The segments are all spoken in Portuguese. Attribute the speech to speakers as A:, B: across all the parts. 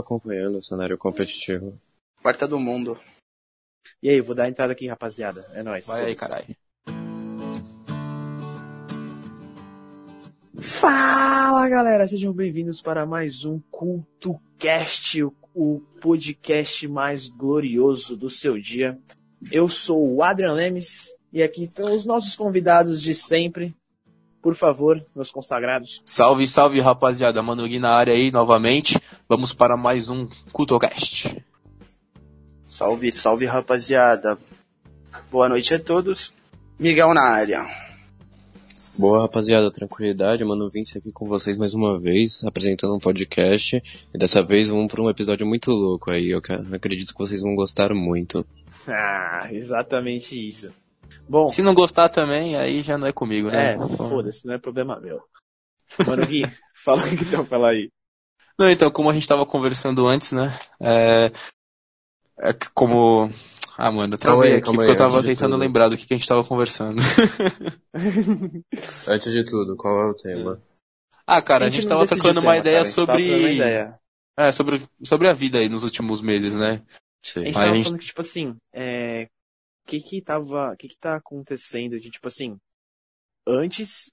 A: acompanhando o cenário competitivo.
B: Quarta do mundo.
C: E aí, vou dar a entrada aqui, rapaziada. É nóis.
D: Vai aí,
C: foda-se.
D: caralho.
C: Fala galera, sejam bem-vindos para mais um CultoCast, o- o podcast mais glorioso do seu dia. Eu sou o Adrian Lemes e aqui estão os nossos convidados de sempre. Por favor, meus consagrados.
D: Salve, salve, rapaziada. Manugui na área aí novamente. Vamos para mais um CultoCast.
B: Salve, salve, rapaziada. Boa noite a todos. Miguel na área.
A: Boa rapaziada, tranquilidade, mano Vince aqui com vocês mais uma vez, apresentando um podcast. E dessa vez vamos pra um episódio muito louco aí, eu ca- acredito que vocês vão gostar muito.
C: Ah, exatamente isso. Bom,
D: Se não gostar também, aí já não é comigo, né?
C: é, foda-se, não é problema meu. Mano Gui, fala o que então falar aí.
D: Não, então, como a gente tava conversando antes, né? É, é que como. Ah, mano, eu
A: Calma
D: travei
A: aí,
D: aqui
A: calma
D: porque
A: aí,
D: eu tava
A: antes de
D: tentando
A: tudo.
D: lembrar do que, que a gente tava conversando.
A: Antes de tudo, qual é o tema?
D: Ah, cara, a gente,
C: não
D: tava
C: decidiu
D: trocando
C: o
D: uma
C: tema,
D: ideia
C: cara, a gente tava trocando uma
D: sobre.
C: ideia.
D: É, sobre, sobre a vida aí nos últimos meses, né?
C: A
A: Sim.
C: gente
D: Mas a
C: tava
D: gente-
C: falando que, tipo assim, é... que que tava, que que tá acontecendo de, tipo assim, antes,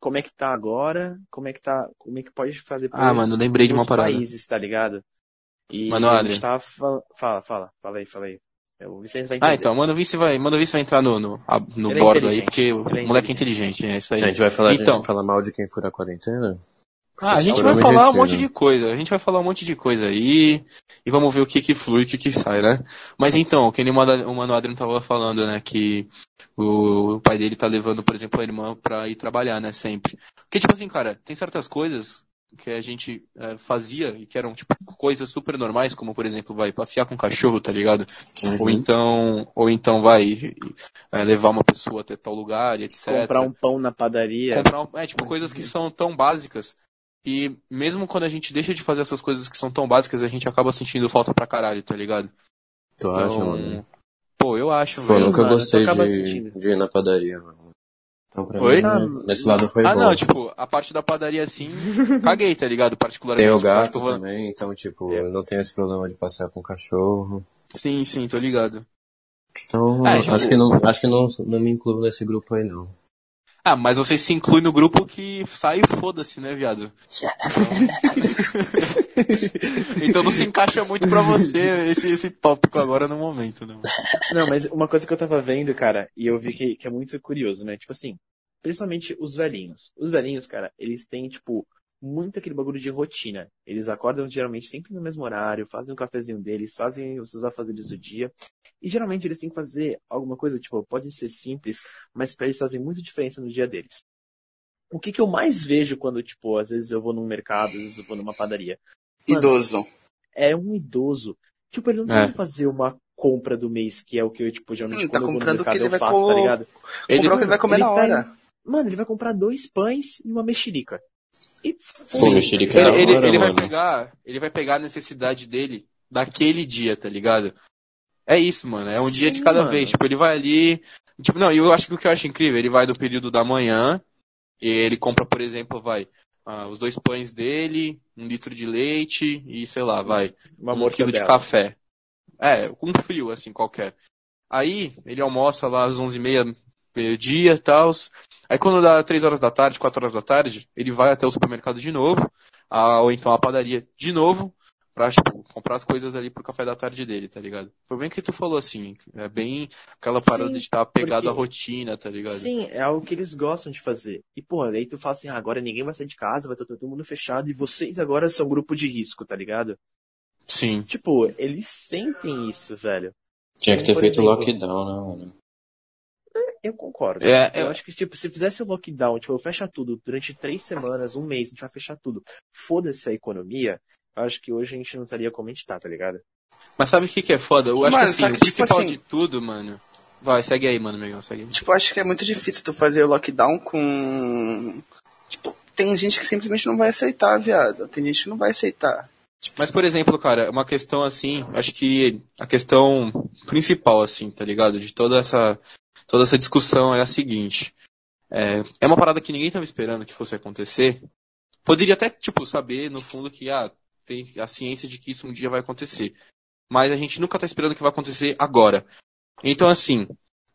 C: como é que tá agora, como é que tá, como é que pode fazer
D: Ah, mano, eu lembrei de uma
C: pros
D: parada.
C: países, tá ligado? E
D: Mano,
C: a
D: Adrian.
C: gente tava fal... fala, fala, fala aí, fala aí. O Vicente vai entender.
D: Ah, então, mano, vi se vai, mano, vi se vai entrar no, no, a- no
C: Ele é
D: bordo aí,
C: inteligente,
D: porque o
C: ele é
D: moleque é inteligente, é isso aí.
A: A gente vai falar, a gente
D: Então.
A: vai falar mal de quem fura a quarentena?
D: Ah, a gente
A: Esse
D: vai
A: programa é
D: falar um
A: divertido.
D: monte de coisa, a gente vai falar um monte de coisa aí, e vamos ver o que que flui, o que que sai, né? Mas então, que nem o Mada- o Mano Adriano tava falando, né, que o pai dele tá levando, por exemplo, a irmã pra ir trabalhar, né, sempre. Porque, tipo assim, cara, tem certas coisas que a gente eh, fazia e que eram, tipo, coisas super normais, como, por exemplo, vai passear com cachorro, tá ligado?
A: Uhum.
D: Ou então, ou então vai eh, levar uma pessoa até tal lugar, e etc.
C: comprar um pão na padaria.
D: Comprar um- é, tipo, coisas que são tão básicas. E mesmo quando a gente deixa de fazer essas coisas que são tão básicas, a gente acaba sentindo falta pra caralho, tá ligado?
A: Tu
D: Então,
A: acha, mano?
D: Pô, eu Então acho,
A: Pô, eu
D: velho.
A: nunca
C: mano, tu
A: gostei
C: acaba
A: de,
C: assistindo.
A: de ir na padaria, mano. Então, pra
D: Oi?
A: mim, né, nesse lado foi
D: Ah,
A: bom.
D: não, tipo, a parte da padaria assim, caguei, tá ligado? Particularmente.
A: Tem o
D: tipo, acho
A: gato
D: que eu vou-
A: também, então, tipo,
D: É.
A: eu não tenho esse problema de passear com cachorro.
D: Sim, sim, tô ligado.
A: Então,
C: Ah,
D: É, tipo-
A: acho que, não, acho que não, não me incluo nesse grupo aí, não.
D: Ah, mas você se inclui no grupo que sai e foda-se, né, viado? então não se encaixa muito pra você esse, esse tópico agora no momento, né?
C: Não, mas uma coisa que eu tava vendo, cara, e eu vi que, que é muito curioso, né? Tipo assim, principalmente os velhinhos. Os velhinhos, cara, eles têm, tipo, muito aquele bagulho de rotina. Eles acordam geralmente sempre no mesmo horário, fazem o cafezinho deles, fazem os seus afazeres do dia. E geralmente eles têm que fazer alguma coisa, tipo, pode ser simples, mas pra eles fazem muita diferença no dia deles. O que que eu mais vejo quando, tipo, às vezes eu vou num mercado, às vezes eu vou numa padaria Mano.
B: Idoso.
C: é um idoso. Tipo, ele não
D: É.
C: tem que fazer uma compra do mês, que é o que eu, tipo, geralmente
B: Hum, tá
C: quando eu vou no
B: comprando o que
C: mercado
B: ele
C: eu
B: vai
C: faço,
B: co-
C: tá ligado?
B: Ele...
D: um
B: Comprou o que ele vai comer
C: Ele
B: na
C: tá
B: hora.
C: Mano, ele vai comprar dois pães e uma mexerica. E
A: Pô,
C: foda-se.
A: mexerica
D: Ele,
A: da
D: ele-
A: hora,
D: ele vai
A: mano.
D: pegar, ele vai pegar a necessidade dele daquele dia, tá ligado? É isso, mano. É um dia de
C: Sim,
D: cada
C: mano.
D: vez. Tipo, ele vai ali. Tipo, não, e eu acho que o que eu acho incrível, ele vai do período da manhã, e ele compra, por exemplo, vai, ah, os dois pães dele, um litro de leite e, sei lá, vai,
C: Uma
D: um quilo de
C: mortadela.
D: café. É, com frio, assim, qualquer. Aí, ele almoça lá às 11h30, meio-dia e tal. Aí, quando dá 3 horas da tarde, 4 horas da tarde, ele vai até o supermercado de novo, a- ou então a padaria de novo, pra, tipo, comprar as coisas ali pro café da tarde dele, tá ligado? Foi bem o que tu falou, assim, é bem aquela parada
C: Sim,
D: de estar pegado à
C: porque-
D: rotina, tá ligado?
C: Sim, é algo que eles gostam de fazer. E, porra, daí tu fala assim, ah, agora ninguém vai sair de casa, vai estar todo mundo fechado, e vocês agora são grupo de risco, tá ligado?
D: Sim.
C: Tipo, eles sentem isso, velho.
A: Tinha que ter
C: Por
A: feito
C: exemplo.
A: lockdown, né, mano?
C: Eu concordo.
D: É,
C: Eu
D: eu-
C: acho que, tipo, se fizesse o lockdown, tipo, eu fecha tudo durante três semanas, um mês, a gente vai fechar tudo. Foda-se a economia, eu acho que hoje a gente não estaria como a gente tá, tá ligado?
D: Mas sabe o que que é foda? Eu acho
B: Mano,
D: que, assim,
B: só
D: o
B: que, tipo
D: principal
B: assim-
D: de tudo, mano... Vai, segue aí, mano, Miguel, segue aí.
B: Tipo, acho que é muito difícil tu fazer o lockdown com. Tipo, tem gente que simplesmente não vai aceitar, viado. Tem gente que não vai aceitar.
D: Mas, por exemplo, cara, uma questão assim, acho que a questão principal, assim, tá ligado? De toda essa, toda essa discussão é a seguinte. É, é uma parada que ninguém tava esperando que fosse acontecer. Poderia até, tipo, saber no fundo que, ah, tem a ciência de que isso um dia vai acontecer. Mas a gente nunca tá esperando que vai acontecer agora. Então, assim,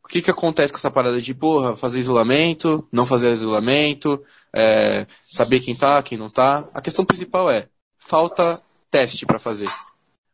D: o que que acontece com essa parada de, porra, fazer isolamento, não fazer isolamento, é, saber quem tá, quem não tá? A questão principal é, falta teste para fazer.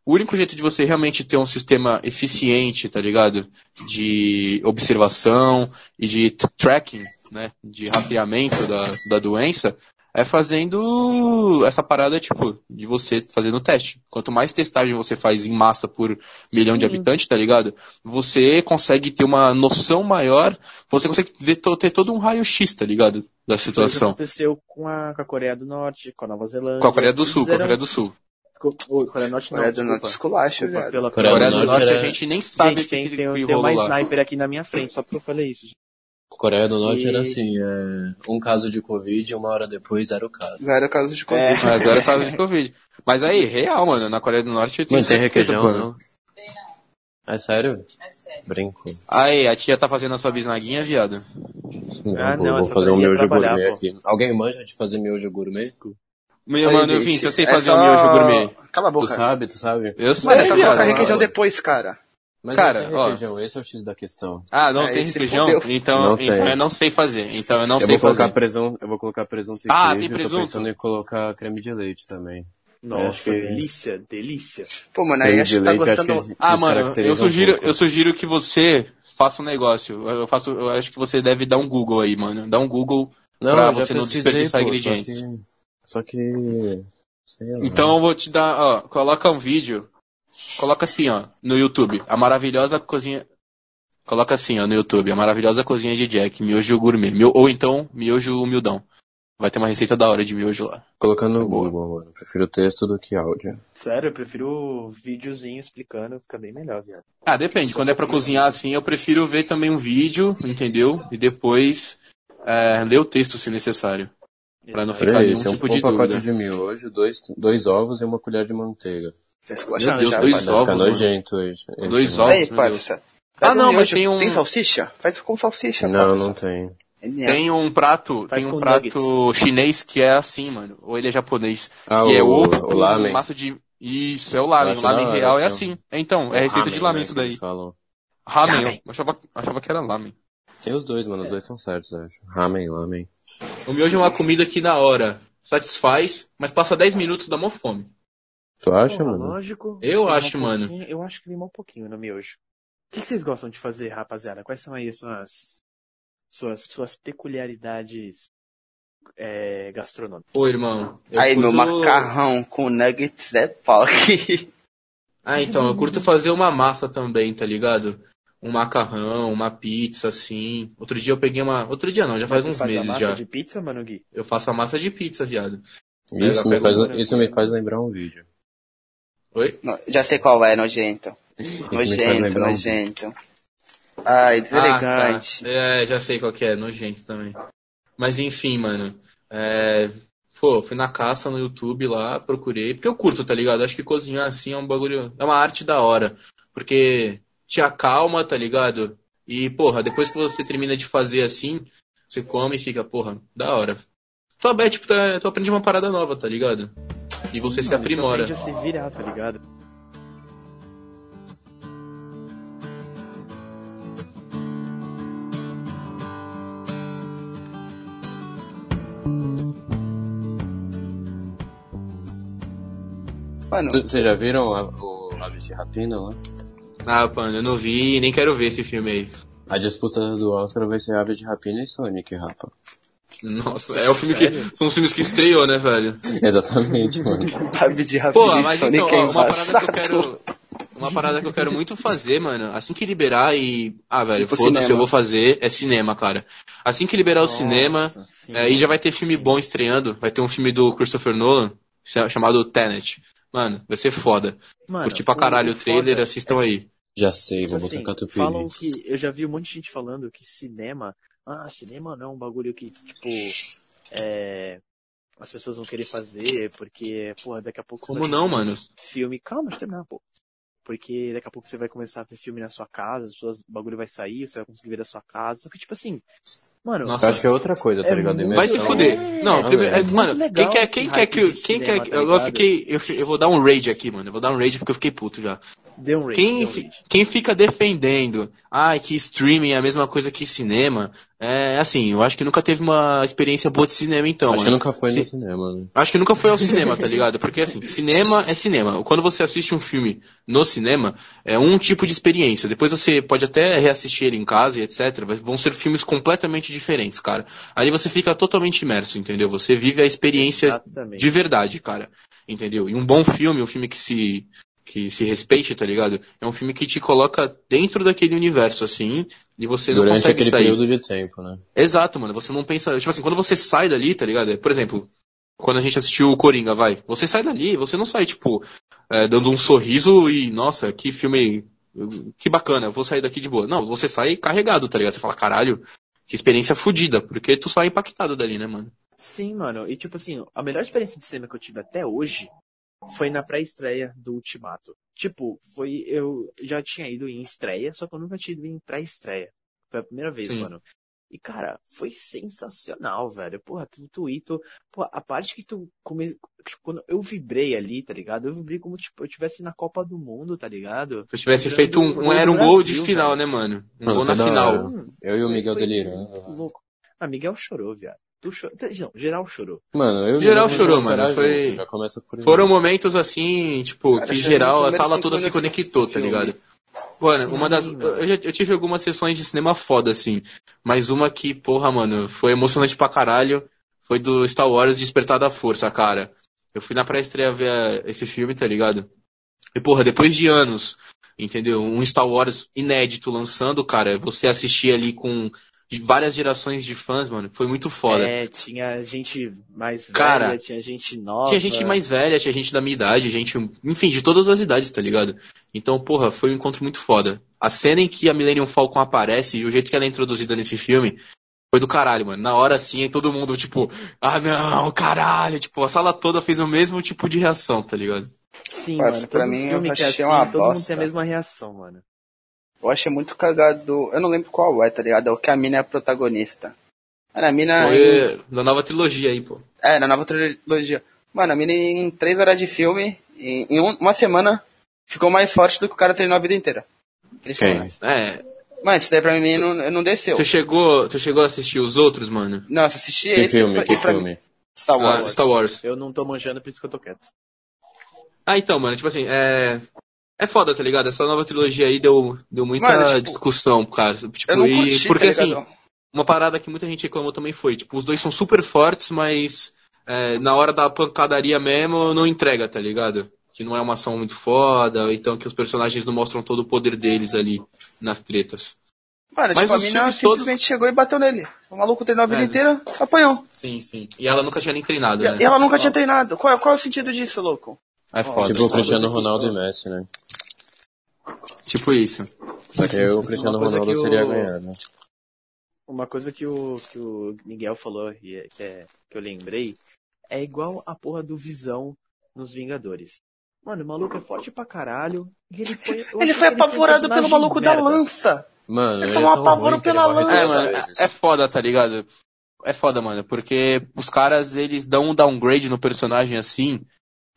D: O único jeito de você realmente ter um sistema eficiente, tá ligado? De observação e de t- tracking, né? De rastreamento da, da doença, é fazendo essa parada, tipo, de você fazendo teste. Quanto mais testagem você faz em massa por milhão de habitantes, tá ligado? Você consegue ter uma noção maior, você consegue ver to- ter todo um raio-x, tá ligado?
C: Foi
D: Da
C: o que
D: situação.
C: aconteceu com a, com a Coreia do Norte, com a Nova Zelândia.
D: Com a Coreia do Sul, com
C: Eles
D: a Coreia
C: eram-
D: do Sul.
C: Co- ô, Coreia do Norte não,
B: Coreia do Norte
C: desculpa.
B: esculacha,
C: Desculpa
B: viado.
C: pela
A: Coreia
D: Coreia
A: do
D: do
A: Norte é
D: Norte a
A: era-
D: gente nem sabe o
C: gente,
D: que,
C: tem,
D: que,
B: um-
C: tem,
D: que
C: tem
D: rolou
C: uma
D: lá.
C: sniper aqui na minha frente, só porque eu falei isso. gente.
A: Coreia do Norte
C: E-
A: era assim, é, um caso de Covid, uma hora depois era o caso.
B: Zero caso de Covid.
C: É.
D: Mas era caso de Covid. Mas aí, real, mano, na Coreia do Norte tem.
A: Não tem requeijão,
D: mano.
A: não? É sério? É sério. Brinco.
D: Aí, a tia tá fazendo a sua bisnaguinha, viado.
C: Ah,
A: vou,
C: não,
A: vou
C: essa
A: fazer
C: daí
A: um
C: ia
A: miojo
C: trabalhar,
A: gourmet
C: pô.
A: aqui. Alguém manja de fazer miojo gourmet?
D: Meu
B: Aí,
D: mano, eu
B: Vince,
D: Vince, eu sei
B: é
D: fazer
B: só-
D: um miojo gourmet.
B: Cala a
A: Tu
B: boca.
A: sabe, tu sabe?
D: Eu sei,
B: Mano, é só
D: viado.
B: colocar requeijão
D: mano.
B: depois, cara.
A: Mas
D: Cara,
A: não tem
D: ó.
A: requeijão, esse é o X da questão.
D: Ah, não
B: Aí
D: tem
B: se
D: requeijão?
B: fudeu.
D: Então,
A: Não
D: então
A: tem.
D: eu não sei fazer. Então eu não
A: eu
D: sei
A: vou colocar
D: fazer.
A: presunto, eu vou colocar presunto e
D: Ah,
A: queijo,
D: tem
A: eu
D: presunto?
A: tô pensando em colocar creme de leite também.
C: Nossa,
A: É, acho que-
C: delícia, delícia.
B: Pô, mano, aí
A: Creme
B: acho
A: de
B: que tá
A: leite, acho
B: gostando.
A: que eles
D: Ah, mano, eu
A: descaracterizam um
D: sugiro,
A: pouco.
D: eu sugiro que você faça um negócio. Eu faço, eu acho que você deve dar um Google aí, mano. Dá um Google
A: Não,
D: pra
A: eu já
D: você não
A: pesquisei,
D: desperdiçar
A: pô,
D: ingredientes.
A: Só que... Só que... Sei lá.
D: Então eu vou te dar, ó, coloca um vídeo. Coloca assim, ó, no YouTube. A maravilhosa cozinha. Coloca assim, ó, no YouTube. A maravilhosa cozinha de Jack, miojo gourmet. Mio- Ou então, miojo humildão. Vai ter uma receita da hora de miojo lá.
A: Colocando no
D: Boa.
A: Google, mano. Prefiro texto do que áudio.
C: Sério, eu prefiro videozinho explicando, fica bem melhor, viado.
D: Ah, depende. Quando é pra cozinhar assim, eu prefiro ver também um vídeo, entendeu? E depois é, ler o texto se necessário. Pra não ficar
A: Olha
D: nenhum
A: esse, é um,
D: tipo
A: um
D: de
A: pacote
D: dúvida.
A: de miojo, dois, dois ovos e uma colher de manteiga.
B: Tá
D: Meu
B: esculachando
D: Deus,
B: já,
D: dois
B: parça.
A: Vai ficar
D: ovos, mano.
A: nojento hoje. esse,
D: Dois
A: né?
D: ovos,
B: Aí,
D: meu Deus.
B: parça. Tá
D: Ah, não, mas
B: miojo.
D: tem um-
B: Tem salsicha? Faz com salsicha,
A: Não,
B: parça. é
A: não tem.
B: NL.
D: Tem um prato,
C: É. Faz
D: tem
C: com
D: um prato chinês que é assim, mano. Ou ele é japonês.
A: Ah,
D: que é
A: o-
D: ovo
A: o
D: com
A: lamen.
D: massa de. Isso, é o
A: Eu
D: lamen. O
A: acho da
D: lamen
A: hora,
D: real é
A: tio.
D: assim. É, Então, é receita de
A: Ramen,
D: lamen
A: né,
D: isso
A: que eles
D: daí.
A: falam.
D: Ramen,
C: Ramen.
D: eu achava, achava que era lamen.
A: Tem os dois, mano. Os dois estão certos, eu acho. Ramen, lamen.
D: O miojo é uma comida que na hora satisfaz, mas passa 10 minutos dá mó fome.
A: Tu acha,
C: Porra,
A: mano?
C: lógico.
D: Eu
C: Limão
D: acho,
C: um
D: mano.
C: pouquinho, Eu acho que limão um pouquinho no miojo. O que que vocês gostam de fazer, rapaziada? Quais são aí as suas, suas, suas peculiaridades é, gastronômicas?
D: Ô, irmão. eu
B: Aí, meu
D: curto-
B: macarrão com nuggets é pau aqui.
D: Ah, então, eu curto fazer uma massa também, tá ligado? Um macarrão, uma pizza, assim. Outro dia eu peguei uma. Outro dia não, já faz
C: Você
D: uns
C: faz a
D: meses
C: massa
D: já.
C: de pizza, mano, Gui?
D: Eu faço a massa de pizza, viado. Pega,
A: Isso me,
D: pega
A: faz,
D: um-
A: isso me faz lembrar um vídeo.
D: Oi?
B: Não, já sei qual é, nojento.
A: Isso me faz
B: Nojento,
A: lembrar um vídeo.
B: nojento. Ai, deselegante.
D: Ah, tá. É, já sei qual que é, nojento também. Mas enfim, mano. É... Pô, fui na caça no YouTube lá, procurei. Porque eu curto, tá ligado? Acho que cozinhar assim é um bagulho. É uma arte da hora. Porque te acalma, tá ligado? E, porra, depois que você termina de fazer assim, você come e fica, porra, da hora. Tu, é, tipo, tá- tu aprende uma parada nova, tá ligado? E você se
C: Mano,
D: aprimora.
C: Aprende a se virar, tá ligado?
D: tá.
B: Mano,
A: Tu- Vocês já viram a, o Aves de Rapina lá?
D: Ah, mano, eu não vi e nem quero ver esse filme aí.
A: A disputa do Oscar vai ser Aves de Rapina e Sonic, rapa.
D: Nossa, é o filme que. São os filmes que estreou, né, velho?
A: Exatamente, mano.
B: Rabi um de Rabi
D: Pô,
B: de
D: mas
B: Sonic
D: então,
B: é
D: ó, uma parada que eu
B: embaçado.
D: quero. Uma parada que eu quero muito fazer, mano. Assim que liberar e. Ah, velho,
B: Ir pro
D: foda-se,
B: cinema.
D: eu vou fazer. É cinema, cara. Assim que liberar o cinema, é,
C: Nossa, sim.
D: aí já vai ter filme bom estreando. Vai ter um filme do Christopher Nolan, cha- chamado Tenet. Mano, vai ser foda.
C: Mano,
D: Curti pra caralho o trailer,
C: foda
D: assistam
C: é que,
D: aí.
A: Já sei,
C: tipo
A: vou botar
C: assim,
A: catupiry.
C: falam que. Eu já vi um monte de gente falando que cinema. Ah, cinema não é um bagulho que, tipo. É, as pessoas vão querer fazer, porque, porra, daqui a pouco. você
D: Como
C: vai
D: não,
C: assistir
D: mano?
C: Filme. Calma, deixa eu terminar, pô. Porque daqui a pouco você vai começar a ver filme na sua casa, as pessoas, o bagulho vai sair, você vai conseguir ver da sua casa. Só que, tipo assim, Mano,
D: Nossa.
A: Eu acho que é outra coisa, tá
C: É
A: ligado?
C: muito-
D: Vai se
C: Não,
D: fuder. Não,
A: não,
D: primeiro,
A: velho.
D: é, mano,
C: Muito legal
D: quem quer,
C: esse
D: quem quer
C: hype
D: que,
C: do
D: quem
C: cinema,
D: quer,
C: tá
D: eu
C: ligado?
D: fiquei, eu, fi- eu vou dar um rage aqui, mano, eu vou dar um rage porque eu fiquei puto já.
C: deu um rage.
D: Quem,
C: deu um
D: fi-
C: rage.
D: quem fica defendendo, ai, que streaming é a mesma coisa que cinema, é assim, eu acho que nunca teve uma experiência boa de cinema então,
A: acho que
D: mano.
A: nunca foi
D: Se-
A: no cinema, né?
D: Acho que nunca foi ao cinema, tá ligado? Porque assim, cinema é cinema. Quando você assiste um filme no cinema, é um tipo de experiência. Depois você pode até reassistir ele em casa e etc. Mas vão ser filmes completamente diferentes, cara. Ali você fica totalmente imerso, entendeu? Você vive a experiência
C: Exatamente.
D: de verdade, cara. Entendeu? E um bom filme, um filme que se que se respeite, tá ligado? É um filme que te coloca dentro daquele universo, assim, e você não
A: Durante
D: consegue
A: aquele
D: sair.
A: período de tempo, né?
D: Exato, mano. Você não pensa. Tipo assim, quando você sai dali, tá ligado? É, Por exemplo, quando a gente assistiu o Coringa, vai. Você sai dali, você não sai, tipo, é, dando um sorriso e, nossa, que filme. Que bacana, eu vou sair daqui de boa. Não, você sai carregado, tá ligado? Você fala, caralho, que experiência fodida, porque tu sai impactado dali, né, mano?
C: Sim, mano. E tipo assim, a melhor experiência de cinema que eu tive até hoje foi na pré-estreia do Ultimato. Tipo, foi. Eu já tinha ido em estreia, só que eu nunca tinha ido em pré-estreia. Foi a primeira vez,
D: Sim.
C: mano. E, cara, foi sensacional, velho. Porra, tu, tu ir, tu- Pô, a parte que tu. Come... tipo, Quando eu vibrei ali, tá ligado? Eu vibrei como tipo, eu estivesse na Copa do Mundo, tá ligado?
D: Se eu tivesse
C: Gol
D: feito um,
C: do-
D: um
C: gol
D: era
C: do
D: um gol de
C: Brasil,
D: final,
C: velho.
D: né, mano? Um
A: Mano,
D: gol na
A: foi da
D: final.
A: hora. Eu e o
C: Então, Foi-
A: Miguel
C: foi muito
A: delirando.
C: louco. Ah, Miguel chorou, viado. Tu chorou. Não, geral chorou.
A: Mano, eu e o
D: Geral
A: Miguel
D: chorou,
A: começamos
D: mano,
A: a chorar
D: foi-
A: junto, já começa por aí.
D: Foram momentos assim, tipo,
B: Cara,
D: que
B: acho que
D: geral
B: no
D: a
B: primeiro
D: sala toda se
B: segundo desse
D: conectou, tá
B: filme.
D: ligado? Mano,
C: Sim,
D: uma das.
C: mano.
D: Eu, já, eu tive algumas sessões de cinema foda, assim. Mas uma que, porra, mano, foi emocionante pra caralho. Foi do Star Wars Despertar da Força, cara. Eu fui na pré-estreia ver eh, esse filme, tá ligado? E, porra, depois de anos, entendeu? Um Star Wars inédito lançando, cara, você assistir ali com de várias gerações de fãs, mano, foi muito foda.
C: É, tinha gente mais
D: Cara,
C: velha, tinha gente nova.
D: Tinha gente
B: é.
D: mais velha, tinha gente da minha idade, gente, enfim, de todas as idades, tá ligado? Então, porra, foi um encontro muito foda. A cena em que a Millennium Falcon aparece e o jeito que ela é introduzida nesse filme foi do caralho, mano. Na hora assim, aí todo mundo, tipo, ah não, caralho, tipo, a sala toda fez o mesmo tipo de reação, tá ligado?
C: Sim,
B: Parça,
C: mano.
B: pra
C: Todo
B: mim, eu
C: filme que é assim,
B: achei uma
C: todo mundo
B: bosta.
C: tem a mesma reação, mano.
B: Eu achei muito cagado. Eu não lembro qual é, tá ligado? É o que a mina é a protagonista. Mano, a mina. em-
D: Foi da nova trilogia aí, pô.
B: É, na nova trilogia. Mano, a mina em três horas de filme, em, em um- uma semana, ficou mais forte do que o cara treinou a vida inteira.
A: Quem?
B: Impressionante.
D: É,
B: Mano, isso daí pra mim não, não desceu.
D: tu chegou, tu chegou a assistir os outros, mano?
B: Nossa, assisti
A: Que
B: esse
A: filme?
B: pra-
A: Que
B: e pra mim-
A: filme?
B: Star
D: Ah,
B: Wars.
D: Star Wars.
C: Eu não tô manjando, por isso que eu tô quieto.
D: Ah, então, mano, tipo assim, é. É foda, tá ligado? Essa nova trilogia aí deu, deu muita
B: Mano, tipo,
D: discussão, cara. Tipo,
B: Eu não
D: e-
B: curti,
D: porque
B: tá
D: assim,
B: ligado?
D: uma parada que muita gente reclamou também foi, tipo, os dois são super fortes, mas é, na hora da pancadaria mesmo não entrega, tá ligado? Que não é uma ação muito foda, ou então que os personagens não mostram todo o poder deles ali nas tretas.
B: Mano,
D: Mas
B: tipo, a
D: os
B: mina
D: filmes
B: simplesmente chegou e bateu nele. O maluco treinou a vida
D: É.
B: inteira, apanhou.
D: Sim, sim. E ela nunca tinha nem treinado,
B: E
D: né?
B: e ela nunca tinha treinado. Qual, é- qual é o sentido disso, louco?
D: É foda.
A: Tipo o Cristiano Ronaldo e Messi, né?
D: Tipo isso.
A: Só que aí o Cristiano
C: Uma coisa
D: é
A: Ronaldo
C: que o-
A: seria ganhado.
C: Uma coisa que o, que o Miguel falou, e é- que, é, que eu lembrei, é igual a porra do Visão nos Vingadores. Mano, o maluco é forte pra caralho. E ele foi, um eu achei que
B: Ele foi apavorado pelo maluco da
C: lança.
B: lança.
A: Mano,
B: Ele
A: ele
B: tomou
A: é tão
B: apavoro
A: ruim que ele
B: pela
A: morre
B: lança.
D: É,
A: duas
D: mano,
A: vezes.
D: é é foda, tá ligado? É foda, mano, porque os caras, eles dão um downgrade no personagem assim,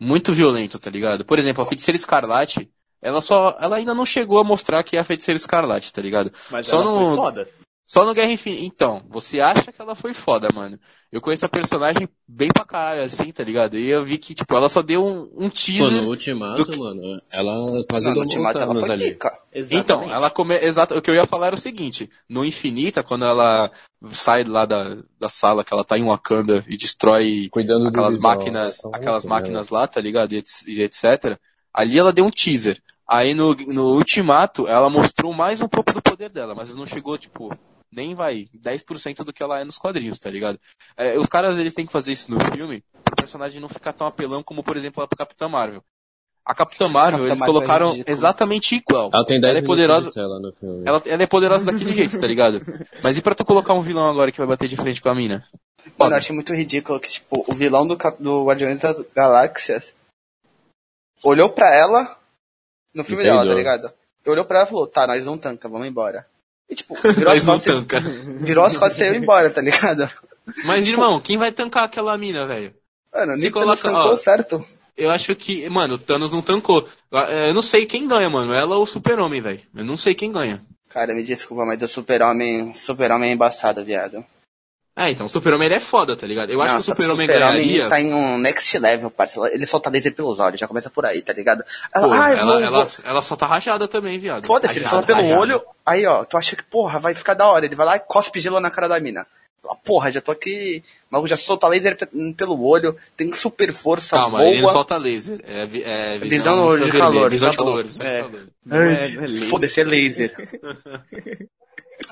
D: muito violento, tá ligado? Por exemplo, a Feiticeira Escarlate, ela só, ela ainda não chegou a mostrar que é a Feiticeira Escarlate, tá ligado?
C: Mas
D: Só
C: ela
D: no-
C: foi foda.
D: Só no Guerra Infinita. Então, você acha que ela foi foda, mano. Eu conheço a personagem bem pra caralho, assim, tá ligado? E eu vi que, tipo, ela só deu um, um
A: Mano,
D: teaser.
A: no Ultimato,
D: Do que-
A: mano, ela quase
B: Não, no
A: domou o
B: ultimato ela
A: Thanos
B: foi
A: ali.
B: pica.
C: Exatamente.
D: Então, ela come... Exato, o que eu ia falar era o seguinte, no Infinita, quando ela sai lá da, da sala, que ela tá em Wakanda e destrói
A: Cuidando
D: aquelas
A: do visual.
D: máquinas,
A: Tá
B: Então,
A: louco,
D: aquelas
A: né,
D: máquinas lá, tá ligado? E et- e etc. Ali ela deu um teaser. Aí no, no Ultimato ela mostrou mais um pouco do poder dela, mas não chegou, tipo, nem vai 10% do que ela é nos quadrinhos, tá ligado? É, os caras eles têm que fazer isso no filme pro personagem não ficar tão apelão como, por exemplo, a Capitã Marvel. A Capitã
B: Capitã
D: Marvel, eles
B: Marvel é
D: colocaram
B: ridícula.
D: exatamente igual.
A: Ela tem 10
D: Ela é
A: minutos
D: poderosa,
A: de tela no filme.
D: ela, ela é poderosa daquele jeito, tá ligado? Mas e pra tu colocar um vilão agora que vai bater de frente com a mina?
B: Mano,
D: Foda.
B: eu achei muito ridículo que, tipo, o vilão do, Cap- do Guardiões das Galáxias olhou pra ela no filme dela, tá
A: peidou.
B: ligado? Olhou pra ela e falou, tá, nós não tanca, vamos embora. E tipo, virou as
D: Mas não
B: costas, e-
D: tanca.
B: virou as costas e saiu embora, tá ligado?
D: Mas, irmão, quem vai tancar aquela mina, velho?
B: Mano,
D: Se
B: nem
D: coloca-
B: coloca, tancou
D: ó.
B: certo.
D: Eu acho que, mano, o Thanos não tancou. Ah, Eu não sei quem ganha, mano. Ela ou o Super-Homem, velho. Eu não sei quem ganha.
B: Cara, me desculpa, mas o super-homem super -homem é embaçado, viado.
D: Ah, então o Super-Homem ele é foda, tá ligado? Eu acho que o
B: Nossa,
D: Super-Homem
B: Super-Homem
D: ganharia.
B: tá em um next level, parceiro. Ele só tá laser pelos olhos, já começa por aí, tá ligado? Ela,
D: Pô,
B: ai,
D: ela,
B: vou-
D: ela,
B: vou-
D: ela só tá rajada também, viado.
B: Foda-se, ele só tá
D: Rajada,
B: pelo
D: rajada.
B: olho. Aí, ó, tu acha que, porra, vai ficar da hora. Ele vai lá e cospe gelo na cara da mina. Fala, Porra, já tô aqui. O maluco já solta laser pe- pelo olho, tem super força,
D: Calma,
B: voa.
D: ele não solta laser. É, vi- é
B: Visão no olho de
D: infravermelha,
B: calor,
D: Visão
B: tá
D: de
B: bom.
D: calor. visão de
C: É.
D: calor.
C: Não é, não é laser.
B: Foda-se, é laser.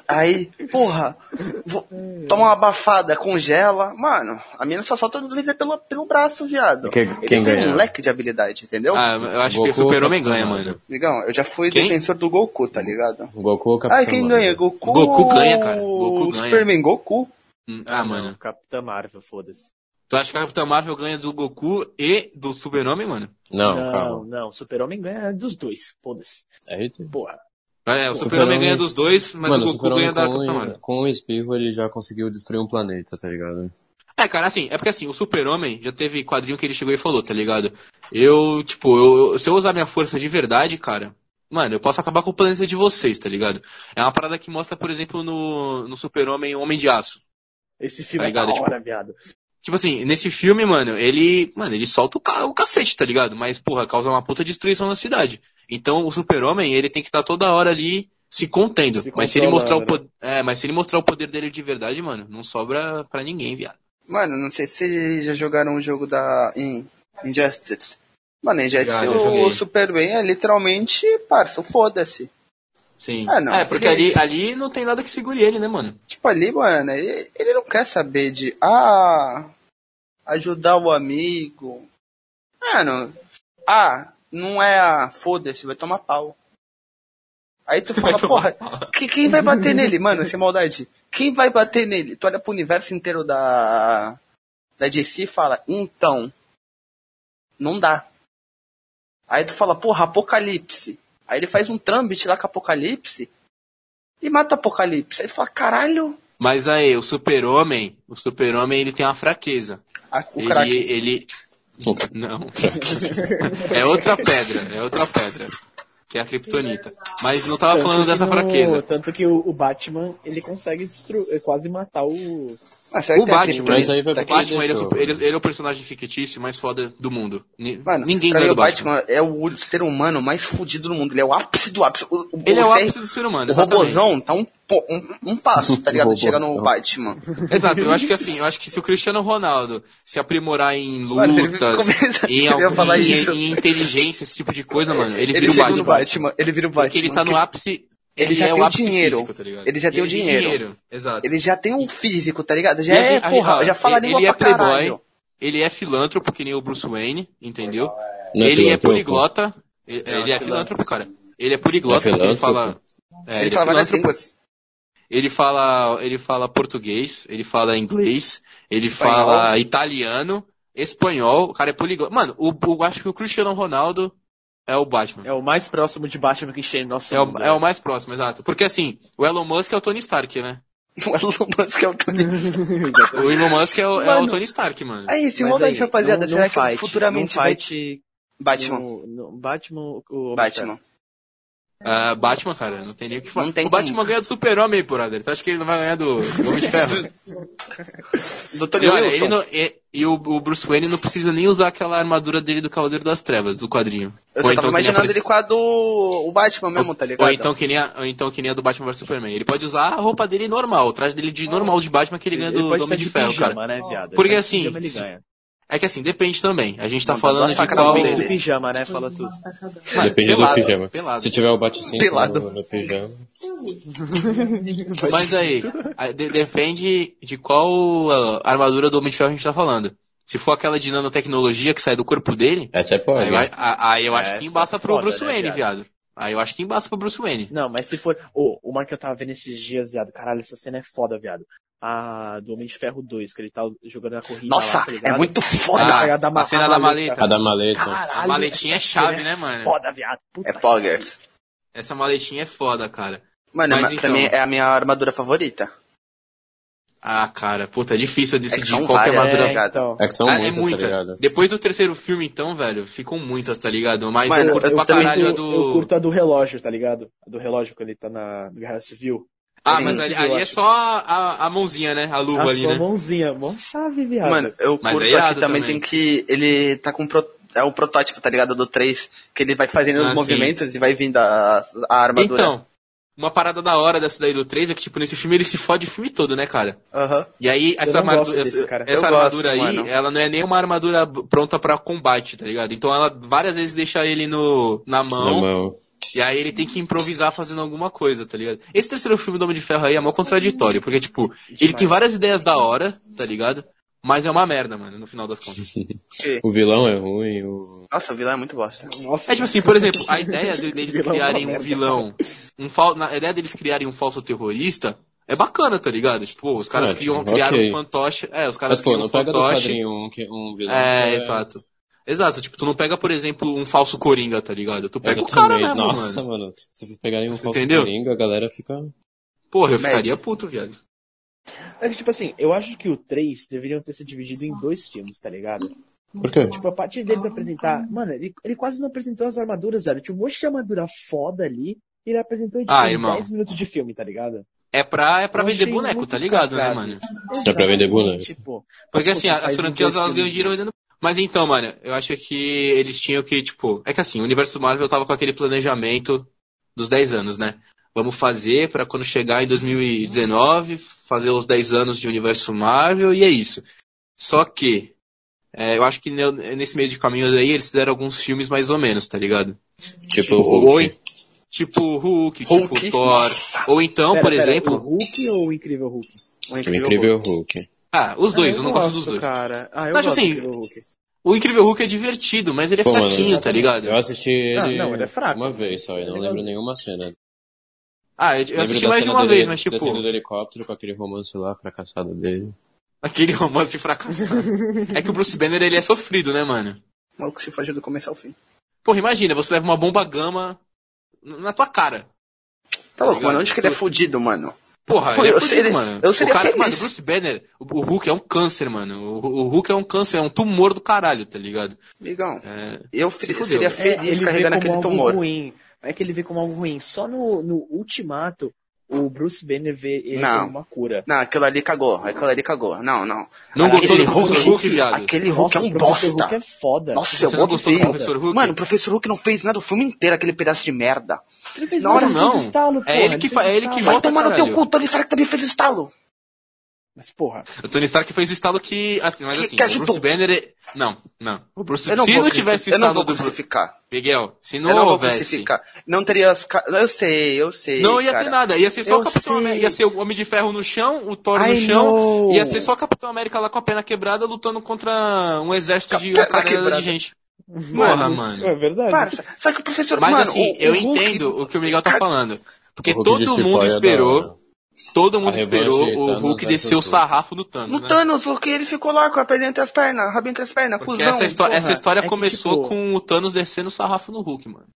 B: Aí, porra, vou- toma uma abafada, congela. Mano, a mina só solta laser pelo, pelo braço, viado.
A: Quem-
B: Ele
A: quem
B: tem
A: ganha?
B: um leque de habilidade, entendeu?
D: Ah, eu acho que o
A: Goku ou
D: Super-Homem
A: Capitão
D: ganha,
A: Marvel?
D: mano.
B: Amigão, eu já fui
D: Quem?
B: defensor do Goku, tá ligado?
A: O Goku ou Capitão
B: Ah, quem
A: Marvel?
B: ganha? Goku.
D: Goku ganha, cara. Goku ganha.
B: Superman, Goku.
D: Hum,
C: Ah,
D: Ah,
C: não,
D: mano.
C: Capitã Marvel, foda-se.
D: Tu acha que a Capitã Marvel ganha do Goku e do Super-Homem, mano?
A: Não,
C: não,
A: calma.
C: não, Super-Homem ganha dos dois, foda-se.
A: Aí,
C: Porra.
D: É, o Super-Homem
A: Super-Homem-
D: ganha dos dois, mas
A: mano,
D: o
A: o
D: Goku
A: Super-Homem
D: ganha da
A: com,
D: Capitã Marvel.
A: um- com um espirro ele já conseguiu destruir um planeta, tá ligado?
D: É, cara, assim, é porque assim, o Super-Homem já teve quadrinho que ele chegou e falou, tá ligado? Eu, tipo, eu- se eu usar minha força de verdade, cara, mano, eu posso acabar com o planeta de vocês, tá ligado? É uma parada que mostra, por exemplo, no, no Super-Homem Homem de Aço.
C: Esse filme
D: Tá
C: é da
D: ligado,
C: hora, viado.
D: Tipo assim, nesse filme, mano, ele, mano, ele solta o, ca o cacete, tá ligado? Mas, porra, causa uma puta destruição na cidade. Então, o Super-Homem, ele tem que estar toda hora ali se contendo.
C: Se
D: mas se ele mostrar o
C: controlando,
D: poder, é, mas se ele mostrar o poder dele de verdade, mano, não sobra pra ninguém, viado.
B: Mano, não sei se vocês já jogaram um jogo da In- Injustice. Mano, Injustice,
D: Já, já
B: o
D: joguei.
B: Superman é literalmente, parça, o foda-se.
D: Sim.
B: Ah, não,
D: é, porque
B: ele-
D: ali, ali não tem nada que segure ele, né, mano?
B: Tipo ali, mano, ele, ele não quer saber de, ah, ajudar o amigo. Mano, ah, não é a, foda-se, vai tomar pau. Aí tu fala,
D: Tipo,
B: porra, que, quem vai bater nele? Mano, sem maldade, quem vai bater nele? Tu olha pro universo inteiro da, da DC e fala, então, não dá. Aí tu fala, porra, Apocalipse. Aí ele faz um trâmite lá com Apocalipse e mata Apocalipse. Aí tu fala, caralho,
D: Mas aí, o super-homem, o super-homem, ele tem uma fraqueza.
B: Ah, o
D: ele,
B: craque.
D: ele... Não. é outra pedra, é outra pedra. Que é a Kryptonita. Mas não tava falando
C: que
D: dessa
C: no-
D: fraqueza.
C: Tanto que o, o Batman, ele consegue destruir, quase matar o.
B: Ah, será que
D: O
B: tem a
D: Batman,
B: Kryptonita?
A: mas aí vai
B: Tá
D: O
A: Ele
B: aqui?
D: Batman, ele é, o
A: deixou,
D: super- ele-
A: mano.
D: ele é o personagem fictício mais foda do mundo. Ni-
B: Mim,
D: Ninguém
B: pra mim,
D: ganha
B: o
D: do Batman.
B: Batman, é o ser humano mais fudido do mundo. Ele é o ápice do ápice. O, o,
D: Ele é o
B: ser-
D: ápice do ser humano,
B: o
D: exatamente.
B: robozão tá um, po- um, um passo, tá ligado? Chega no
A: Robozão.
B: Batman.
D: Exato, eu acho que assim, eu acho que se o Cristiano Ronaldo se aprimorar em
B: Mano, ele
D: lutas,
B: começa-
D: em,
B: eu ia
D: algum-
B: falar
D: em-
B: isso.
D: em inteligência, esse tipo de coisa, mano, ele,
B: Ele,
D: vira o
B: chega
D: Batman.
B: no Batman. Ele vira o Batman.
D: Porque ele tá no ápice. Ele,
B: Ele já
D: é
B: tem
D: o
B: o
D: ápice
B: dinheiro.
D: físico, tá ligado?
B: Ele já tem o
D: E- e
B: dinheiro.
D: Exato.
B: Ele já tem um físico, tá ligado? Já
D: E a
B: é,
D: gente- a-
B: porra,
D: a-
B: já fala
D: ele-
B: língua
D: ele é
B: pra caralho.
D: playboy. Ele é filantropo, que nem o Bruce Wayne, entendeu?
A: Não é
D: ele é
A: filantropo?
D: poliglota. Ele,
B: Não,
D: ele é
B: filantropo.
D: filantropo, cara. Ele é poliglota,
A: É
D: porque ele fala.
A: filantropo?
D: É,
B: ele,
D: ele, é
B: fala várias
D: filantropo,
B: línguas.
D: ele fala, ele fala português, ele fala inglês, ele
B: Espanhol.
D: fala italiano, espanhol, o cara é poliglota. Mano, o, o- acho que o Cristiano Ronaldo é o Batman.
C: É o mais próximo de Batman que chega no nosso
D: É o,
C: mundo,
D: é o
C: né?
D: mais próximo, exato. Porque assim, o Elon Musk é o Tony Stark, né?
B: O Elon Musk é o Tony.
D: O Elon Musk é o, é
B: Mano. é
D: o Tony Stark, mano.
B: Aí, sem
C: Mas
B: maldade,
C: aí,
B: rapaziada,
C: não- não
B: será que
C: fight,
B: futuramente
C: não
B: vai...
C: fight
B: Batman.
C: No, no Batman, o Homem-Terra.
B: Batman.
D: Ah, Batman, cara, não tem nem o que falar.
B: Não tem
D: O Batman
B: como.
D: ganha do Super-Homem, brother. Tu acha que ele não vai ganhar do do Homem de Ferro?
B: Do
D: e
B: Tony
D: olha,
B: Wilson.
D: ele não- e, e o, o Bruce Wayne não precisa nem usar aquela armadura dele do Cavaleiro das Trevas, do quadrinho.
B: Eu só tava
D: Ou então que nem a
B: imaginando
D: Paris-
B: ele com a do o Batman mesmo, tá ligado?
D: Ou então, que nem a, ou então que nem a do Batman vs Superman. Ele pode usar a roupa dele normal, o traje dele de normal de Batman que ele ganha
C: Ele
D: do, do
C: pode estar
D: Homem de, Ferro,
C: pijama,
D: cara.
C: né, viado? Ele
D: Porque,
C: tá de
D: assim,
C: pijama, ele
D: se-
C: ganha.
D: É que assim, depende também. A gente tá
B: Não, tá
D: falando de
B: sacanagem
D: qual.
B: com
C: Depende do
B: ele.
C: pijama, né? Fala tudo.
D: Mano,
A: Depende
D: pelado,
A: do pijama.
D: pelado.
A: Se tipo- tiver o bate-cinco
B: Pelado.
A: no, no pijama...
D: Mas aí, a- de- depende de qual ah, armadura do Homem de Ferro a gente tá falando. Se for aquela de nanotecnologia que sai do corpo dele,
A: Essa é
D: aí,
A: pode.
D: eu a- a- aí eu acho
C: Essa
D: que embaça
C: é
D: pro
C: foda,
D: Bruce
C: né,
D: Wayne,
C: viado?
D: viado. Aí eu acho que embaça pro Bruce Wayne.
C: Não, mas se for. Ô, uma que eu tava vendo esses dias, viado. Caralho, essa cena é foda, viado. A do Homem de Ferro 2, que ele tá jogando na corrida. lá,
B: Nossa,
C: tá ligado?
B: é muito
D: Ah,
B: foda.
C: pegada da
D: a cena da maleta.
A: A da maleta.
C: Caralho,
D: A maletinha
C: essa
D: é chave,
C: cena
D: né, mano?
C: Foda, viado. Puta
B: é Poggers.
D: Essa maletinha é foda, cara.
B: Mano,
D: Mas
B: mas pra
D: então-
B: mim é a minha armadura favorita.
D: Ah, cara, puta, é difícil
B: É que
D: decidir
B: são
D: qual que é a
B: várias,
D: madura.
B: né? ligado?
C: então.
A: É que são
D: Ah,
A: muitas,
D: é muitas.
A: tá ligado?
D: Depois do terceiro filme, então, velho, ficam muitas, tá ligado? Mas
B: Mano,
D: eu curto
B: eu
D: pra
B: também
D: caralho a
C: eu,
D: do.
C: eu curto a do relógio, tá ligado? A do relógio quando ele tá na Guerra Civil.
D: Ah,
B: Sim.
D: mas ali,
C: Eu
D: ali é
C: acho.
D: só a, a mãozinha, né? A luva
C: a
D: ali,
C: sua
D: né?
C: mãozinha, mão chave, viado.
B: Mano, eu
D: Mas
B: curto
D: é
B: aqui
D: irado
B: também,
D: também.
B: tem que. Ele tá com. pro- É o protótipo, tá ligado? Do 3. Que ele vai fazendo
D: Ah,
B: os
D: sim.
B: movimentos e vai vindo a, a armadura.
D: Então, uma parada da hora dessa daí do 3 é que, tipo, nesse filme ele se fode o filme todo, né, cara?
B: Aham.
D: E aí, essa,
C: não gosto
D: armadura,
C: desse, cara.
D: essa
B: Eu gosto,
D: armadura aí,
B: mano.
D: ela não é nem uma armadura b- pronta pra combate, tá ligado? Então ela várias vezes deixa ele no, na
A: Na
D: mão,
A: mão.
D: e aí ele tem que improvisar fazendo alguma coisa, tá ligado? Esse terceiro filme do Homem de Ferro aí é mó contraditório, porque, tipo, ele tem várias ideias da hora, tá ligado? Mas é uma merda, mano, no final das contas.
A: O vilão é ruim, o...
B: Nossa, o vilão é muito bosta.
C: Nossa,
D: É tipo assim, por exemplo, a ideia de- deles
C: Vilão é uma
D: criarem um
C: merda.
D: vilão, um fal... na- a ideia deles criarem um falso terrorista é bacana, tá ligado? Tipo, os caras
A: É,
D: criam,
A: tipo,
D: criaram
A: ok.
D: um fantoche, é, os caras
A: Mas pô,
D: criam um
A: não pega do
D: fantoche.
A: quadrinho um, que- um vilão.
D: É,
A: que
D: exato. Exato, tipo, tu não pega, por exemplo, um falso Coringa, tá ligado? Tu pega
A: Exatamente.
D: o cara mesmo,
A: Nossa,
D: mano.
A: mano. Se vocês pegarem um falso
D: Entendeu?
A: coringa, a galera fica...
D: Porra, eu
B: Médio.
D: ficaria puto, viado.
C: É que, tipo assim, eu acho que o 3 deveriam ter se dividido em dois filmes, tá ligado?
A: Por quê?
C: Tipo, a partir deles apresentar. Mano, ele, ele quase não apresentou as armaduras, velho. Tinha um monte de armadura foda ali. E ele apresentou em tipo,
D: Ah, irmão.
C: 10 minutos de filme, tá ligado?
D: É pra, é pra
C: Eu
D: vender
C: achei
D: boneco,
C: muito
D: tá ligado, né,
C: cagado
D: mano?
C: isso. Tipo,
A: É pra vender boneco.
C: Exatamente, pô.
D: Porque
C: Mas,
D: assim,
C: pô, você
D: a- as
C: faz em
D: franquias
C: dois
D: elas ganham
C: filmes
D: dinheiro
C: isso.
D: vendendo. Mas então, mano, eu acho que eles tinham que, tipo. É que assim, o universo Marvel tava com aquele planejamento dos 10 anos, né? Vamos fazer pra quando chegar em 2019, fazer os 10 anos de universo Marvel e é isso. Só que. é, eu acho que ne- nesse meio de caminho aí eles fizeram alguns filmes mais ou menos, tá ligado?
A: Tipo, o Hulk.
D: Oi? Tipo Hulk,
B: Hulk?
D: tipo Thor. Ou então,
C: Pera,
D: por
C: pera,
D: exemplo.
C: O Hulk ou o Incrível Hulk?
B: Um
A: O É Incrível Hulk.
D: Ah, os dois,
C: Ah,
D: eu não gosto,
C: gosto,
D: dos dois.
C: Cara. Ah, eu
D: Mas,
C: gosto
D: assim,
C: do Incrível Hulk.
D: O Incrível Hulk é divertido, mas ele é
A: Pô, mano,
D: fraquinho, tá ligado?
A: Eu assisti ele,
C: Não, não, ele é fraco.
A: uma vez só, e não
C: Ele
A: lembro
C: não-
A: nenhuma cena.
D: Ah, eu, eu
A: lembro
D: é um- assisti
A: da
D: mais de
A: cena
D: uma
A: dele
D: vez, mas tipo,
A: Descendo do helicóptero com aquele romance lá fracassado dele.
D: aquele romance fracassado. é que o Bruce Banner ele é sofrido, né, mano?
B: O maluco se foge do começo ao fim.
D: Porra, imagina, você leva uma bomba gama na tua cara.
B: Tá louco, mano.
D: ligado?
B: Onde que ele é fudido, mano?
D: Porra,
B: Pô,
D: ele é
B: eu
D: fudido,
B: seria-
D: mano.
B: eu seria
D: o cara,
B: feliz.
D: mano, o Bruce Banner, o, o Hulk é um câncer, mano. O, o Hulk é um câncer, é um tumor do caralho, tá ligado?
B: Amigão,
D: É,
B: eu
D: Se
B: seria
D: fudeu, né?
C: É, ele
B: feliz
C: vê
B: carregando
C: como
B: aquele
C: algo
B: tumor.
C: ruim. Não é que ele vê como algo ruim. Só no, no Ultimato, o Bruce Banner vê ele
B: Não.
C: como uma cura.
B: Não, aquilo ali cagou. Aquilo ali cagou. Não, não.
D: Não
B: aquele
D: gostou do Hulk, Hulk, viado?
B: Aquele Hulk
C: Nossa,
B: é um
C: o Professor
B: bosta.
C: Hulk é foda.
B: Nossa,
D: Você
B: eu
D: não gostou do
B: odeio.
D: Professor Hulk?
B: Mano, o Professor Hulk não fez nada o filme inteiro, aquele pedaço de merda.
C: ele fez
B: na hora
C: nada, ele fez
D: não.
C: Estalo,
D: É
C: porra,
D: ele que
C: fez
D: fa- é ele que
C: estalo.
D: volta.
B: Vai tomar no teu
D: caralho.
B: cu, Tony Stark também fez estalo.
C: Mas, porra,
D: O Tony Stark fez o estalo que. Assim, mas
B: Que-
D: assim,
B: que
D: o Bruce
B: ajudou.
D: Banner. é- Não, não. O Bruce,
B: Eu não
D: se
B: vou
D: não
B: cruci-
D: tivesse o
B: Eu não
D: estalo
B: vou
D: do Bruce.
B: crucificar.
D: Miguel, se
B: eu
D: não
B: não vou
D: houvesse.
B: crucificar. Não teria as... ca- Eu sei, eu sei,
D: Não ia
B: cara.
D: ter nada, ia ser só
B: Eu
D: o Capitão
B: sei.
D: América, ia ser o Homem de Ferro no chão, o Thor
B: I
D: no chão,
B: know.
D: ia ser só o Capitão América lá com a perna quebrada lutando contra um exército de
B: Perna
D: caralhada
B: quebrada.
D: de gente. Porra,
C: é
D: mano.
C: verdade.
B: Parça, só que o professor...
D: Mas
B: mano,
D: assim,
B: o- o
D: eu
B: Hulk-
D: entendo o que o Miguel tá falando. Porque
A: O Hulk de
D: todo
A: Chipoia
D: mundo
A: é da
D: esperou,
A: hora.
D: todo
A: A
D: mundo
A: revanche tá
D: esperou
A: de
D: o
A: Thanos
D: Hulk
A: vai
D: descer o
A: pro Thor.
D: sarrafo no Thanos,
B: No
D: né?
B: Thanos, o que ele ficou lá com a perna entre as pernas, rabinho entre as pernas,
D: Porque
B: cuzão.
D: essa, histó-
C: porra,
D: essa história
C: é que,
D: começou
C: tipo-
D: com o Thanos descendo o sarrafo no Hulk, mano.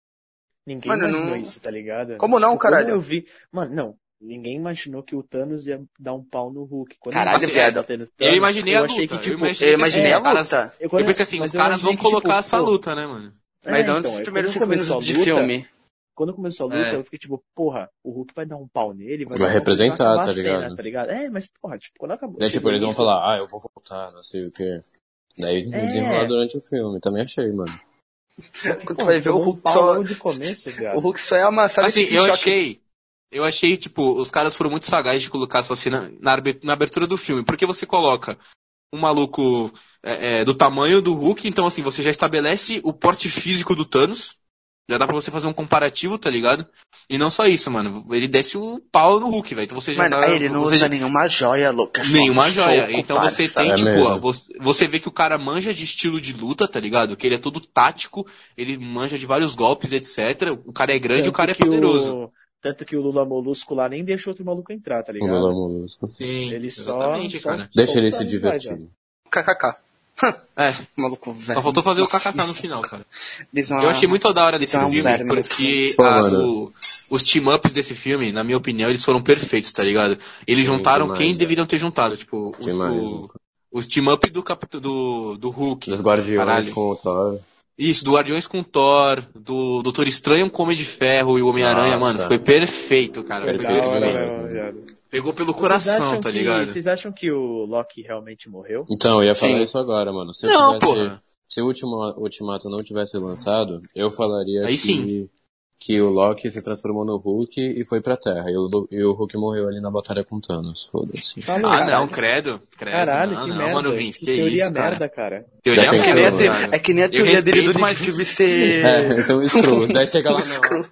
C: Ninguém
B: Mano,
C: imaginou
B: não-
C: isso, tá ligado?
B: Como não,
C: Tipo,
B: caralho?
C: Quando eu vi... Mano, não. Ninguém imaginou que o Thanos ia dar um pau no Hulk. Quando
B: Caralho,
C: ele
B: viado.
C: bateu no
D: Eu imaginei a
C: eu
D: luta.
C: achei que,
D: eu
C: tipo,
D: imaginei,
B: Eu
D: que, assim,
B: imaginei É, a
D: os caras-
B: luta.
C: eu-
D: Eu pensei assim,
C: mas
D: os
C: eu
D: caras vão
C: imaginei que, tipo,
D: colocar essa
C: pô,
D: luta, né, mano?
C: é,
B: Mas
C: então,
B: antes
C: é
B: dos
C: quando
B: primeiros cinco
C: começou a
B: minutos de
C: luta,
B: filme.
C: quando começou a luta,
D: É.
C: eu fiquei tipo, porra, o Hulk vai dar um pau nele,
A: Vai
C: vai, dar uma coisa,
A: representar,
C: acabar
A: tá
C: a cena,
A: ligado?
C: tá ligado? É, mas porra, tipo, quando acabou.
A: Daí, tipo,
C: chegou
A: eles vão
C: nisso,
A: falar, ah, eu vou voltar, não sei o quê. Daí
C: É.
A: desenrolar durante o filme. Também achei, mano. um
B: Quando
C: Pô,
B: tu vai ver o
C: tomou um
B: Hulk
C: pau
B: só...
C: logo de começo, viado.
B: O Hulk só é amassado
D: Assim,
B: de
D: eu
B: choque.
D: achei. Eu achei, tipo, os caras foram muito sagazes de colocar essa cena na, arbe- na abertura do filme. Porque você coloca um maluco é, é, do tamanho do Hulk, então assim, você já estabelece o porte físico do Thanos. Já dá pra você fazer um comparativo, tá ligado? E não só isso, mano. Ele desce um pau no Hulk, velho. Então você já
B: Mano,
D: tá.
B: aí ele não
D: você
B: usa
D: já-
B: nenhuma joia, Lucas.
D: Nenhuma joia. Então você tem,
A: É
D: tipo,
A: mesmo.
D: ó, você, você vê que o cara manja de estilo de luta, tá ligado? Que ele é todo tático, ele manja de vários golpes, etc. O cara é grande, o cara é
C: que
D: poderoso.
C: O... Tanto que o Lula Molusco lá nem deixou outro maluco entrar, tá
A: O
C: ligado?
A: Lula Molusco.
D: Sim,
C: Ele só.
D: exatamente,
C: só-
D: cara.
C: só
A: Deixa ele
C: tá
A: se
C: ali, vai,
A: divertir.
B: KKK.
D: É,
B: Maluco velho.
D: só faltou fazer o
B: Nossa,
D: KKK no
B: isso-
D: final, cara.
B: isso é uma-
A: Tá
D: Eu achei muito da hora desse
B: Isso é um
D: filme,
B: verme.
D: porque
A: Pô,
D: a-
A: mano.
D: o, os team-ups desse filme, na minha opinião, eles foram perfeitos, tá ligado? Eles
A: Sim,
D: juntaram
A: demais,
D: quem
A: velho.
C: é.
D: deveriam ter juntado, tipo, o-
A: Demais,
D: o,
A: Luca.
D: o team-up do, capit- do, do Hulk.
A: Dos Guardiões
D: caralho.
A: com o Thor.
D: Isso, do Guardiões com Thor, do Doutor Estranho com Homem de Ferro e o Homem-Aranha,
A: Nossa.
D: mano, foi perfeito, cara. Foi
A: Perfeito,
C: É Da hora,
A: demais,
D: perfeito.
C: velho,
A: né?
C: viado.
D: Pegou pelo
C: Vocês
D: coração,
C: acham
D: tá
C: que-
D: ligado?
C: Vocês acham que o Loki realmente morreu?
A: Então, eu ia falar
D: Sim.
A: isso agora, mano. Se eu
D: Não,
A: tivesse,
D: porra.
A: se o último Ultimato não tivesse lançado, eu falaria
D: Aí
A: que,
D: sim.
A: que o Loki se transformou no Hulk e foi pra Terra. E o, e o Hulk morreu ali na batalha com Thanos. Foda-se.
C: Falou,
D: Ah,
C: caralho.
D: não, credo. Credo.
C: Caralho,
D: não,
C: que
D: não,
C: merda.
D: mano, Vince, que,
C: que teoria
D: isso, cara.
C: merda, cara.
D: Teoria
A: Já né?
B: É que
A: pensou,
B: nem
D: merda,
B: a,
A: mano?
B: teoria-
D: cara.
B: é que nem a
D: Eu
B: teoria dele
D: respeito,
B: do
D: mas-
B: Detetive ser...
A: É, eu sou um escroto. Daí chega lá, não.
B: escroto.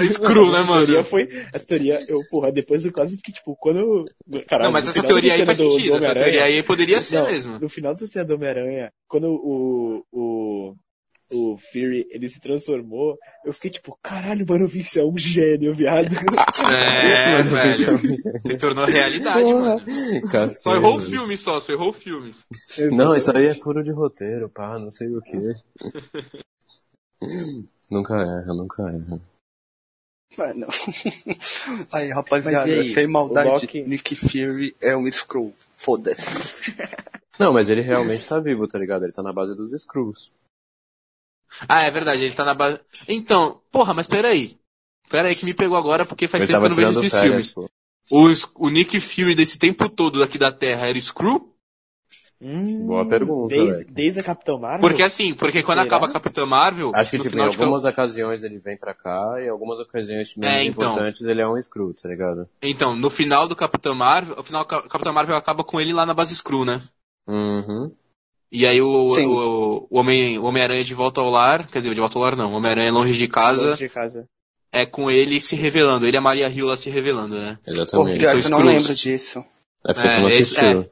D: Escuro, né,
C: Essa teoria
D: mano?
C: foi. Essa teoria, eu, porra, depois eu quase fiquei tipo, quando. Caralho,
D: Não, mas
C: no
D: essa
C: final
D: teoria
C: dessa
D: aí
C: cena
D: faz
C: do- do
D: sentido. Essa
C: Homem-Aranha-
D: teoria aí poderia ser
C: Não,
D: mesmo.
C: No final dessa cena do Homem-Aranha, quando o, o, o Fury ele se transformou, eu fiquei tipo, caralho, mano, o Vince é um gênio, viado.
D: É, velho. Se tornou realidade, mano. Só
A: Casqueira,
D: errou o
A: mano.
D: filme só, só errou o filme.
A: Não, isso aí é furo de roteiro, pá, não sei o que. nunca erra, nunca erra.
B: Mano. Aí,
C: Mas
B: rapaziada,
C: e aí?
B: sem maldade,
C: O Loki-
B: Nick Fury é um Skrull. Foda-se.
A: Não, mas ele realmente tá vivo, tá ligado? Ele tá na base dos Skrulls.
D: Ah, é verdade, ele tá na base. Então, porra, mas peraí. Peraí que me pegou agora porque faz
A: ele
D: tempo que
A: tava
D: eu não vejo
A: tirando
D: esses
A: férias,
D: filmes.
A: pô.
D: O, S- o Nick Fury desse tempo todo daqui da Terra era Screw?
C: Hum,
A: Boa pergunta,
C: Desde,
A: velho.
C: desde a Capitão Marvel?
D: Porque assim, porque quando
C: Será?
D: acaba a Capitã Marvel,
A: Acho que,
D: no
A: tipo, em
D: final de
A: algumas ocasiões ele vem pra cá e algumas ocasiões menos
D: É, então.
A: importantes ele é um Skrull, tá ligado?
D: Então, no final do Capitão Marvel, no final Cap- Capitã Marvel acaba com ele lá na base Screw, né?
A: Uhum.
D: E aí o,
B: Sim.
D: o, o Homem- o Homem-Aranha de volta ao lar, quer dizer, de volta ao lar não, o Homem-Aranha longe de casa,
C: Longe de casa.
D: é com ele se revelando, ele e a Maria Hill lá se revelando, né?
B: Pô,
A: Exatamente.
B: pior que eu não
D: Skrulls.
B: lembro disso.
A: É porque
D: É,
A: tu não
D: esse-
A: assistiu.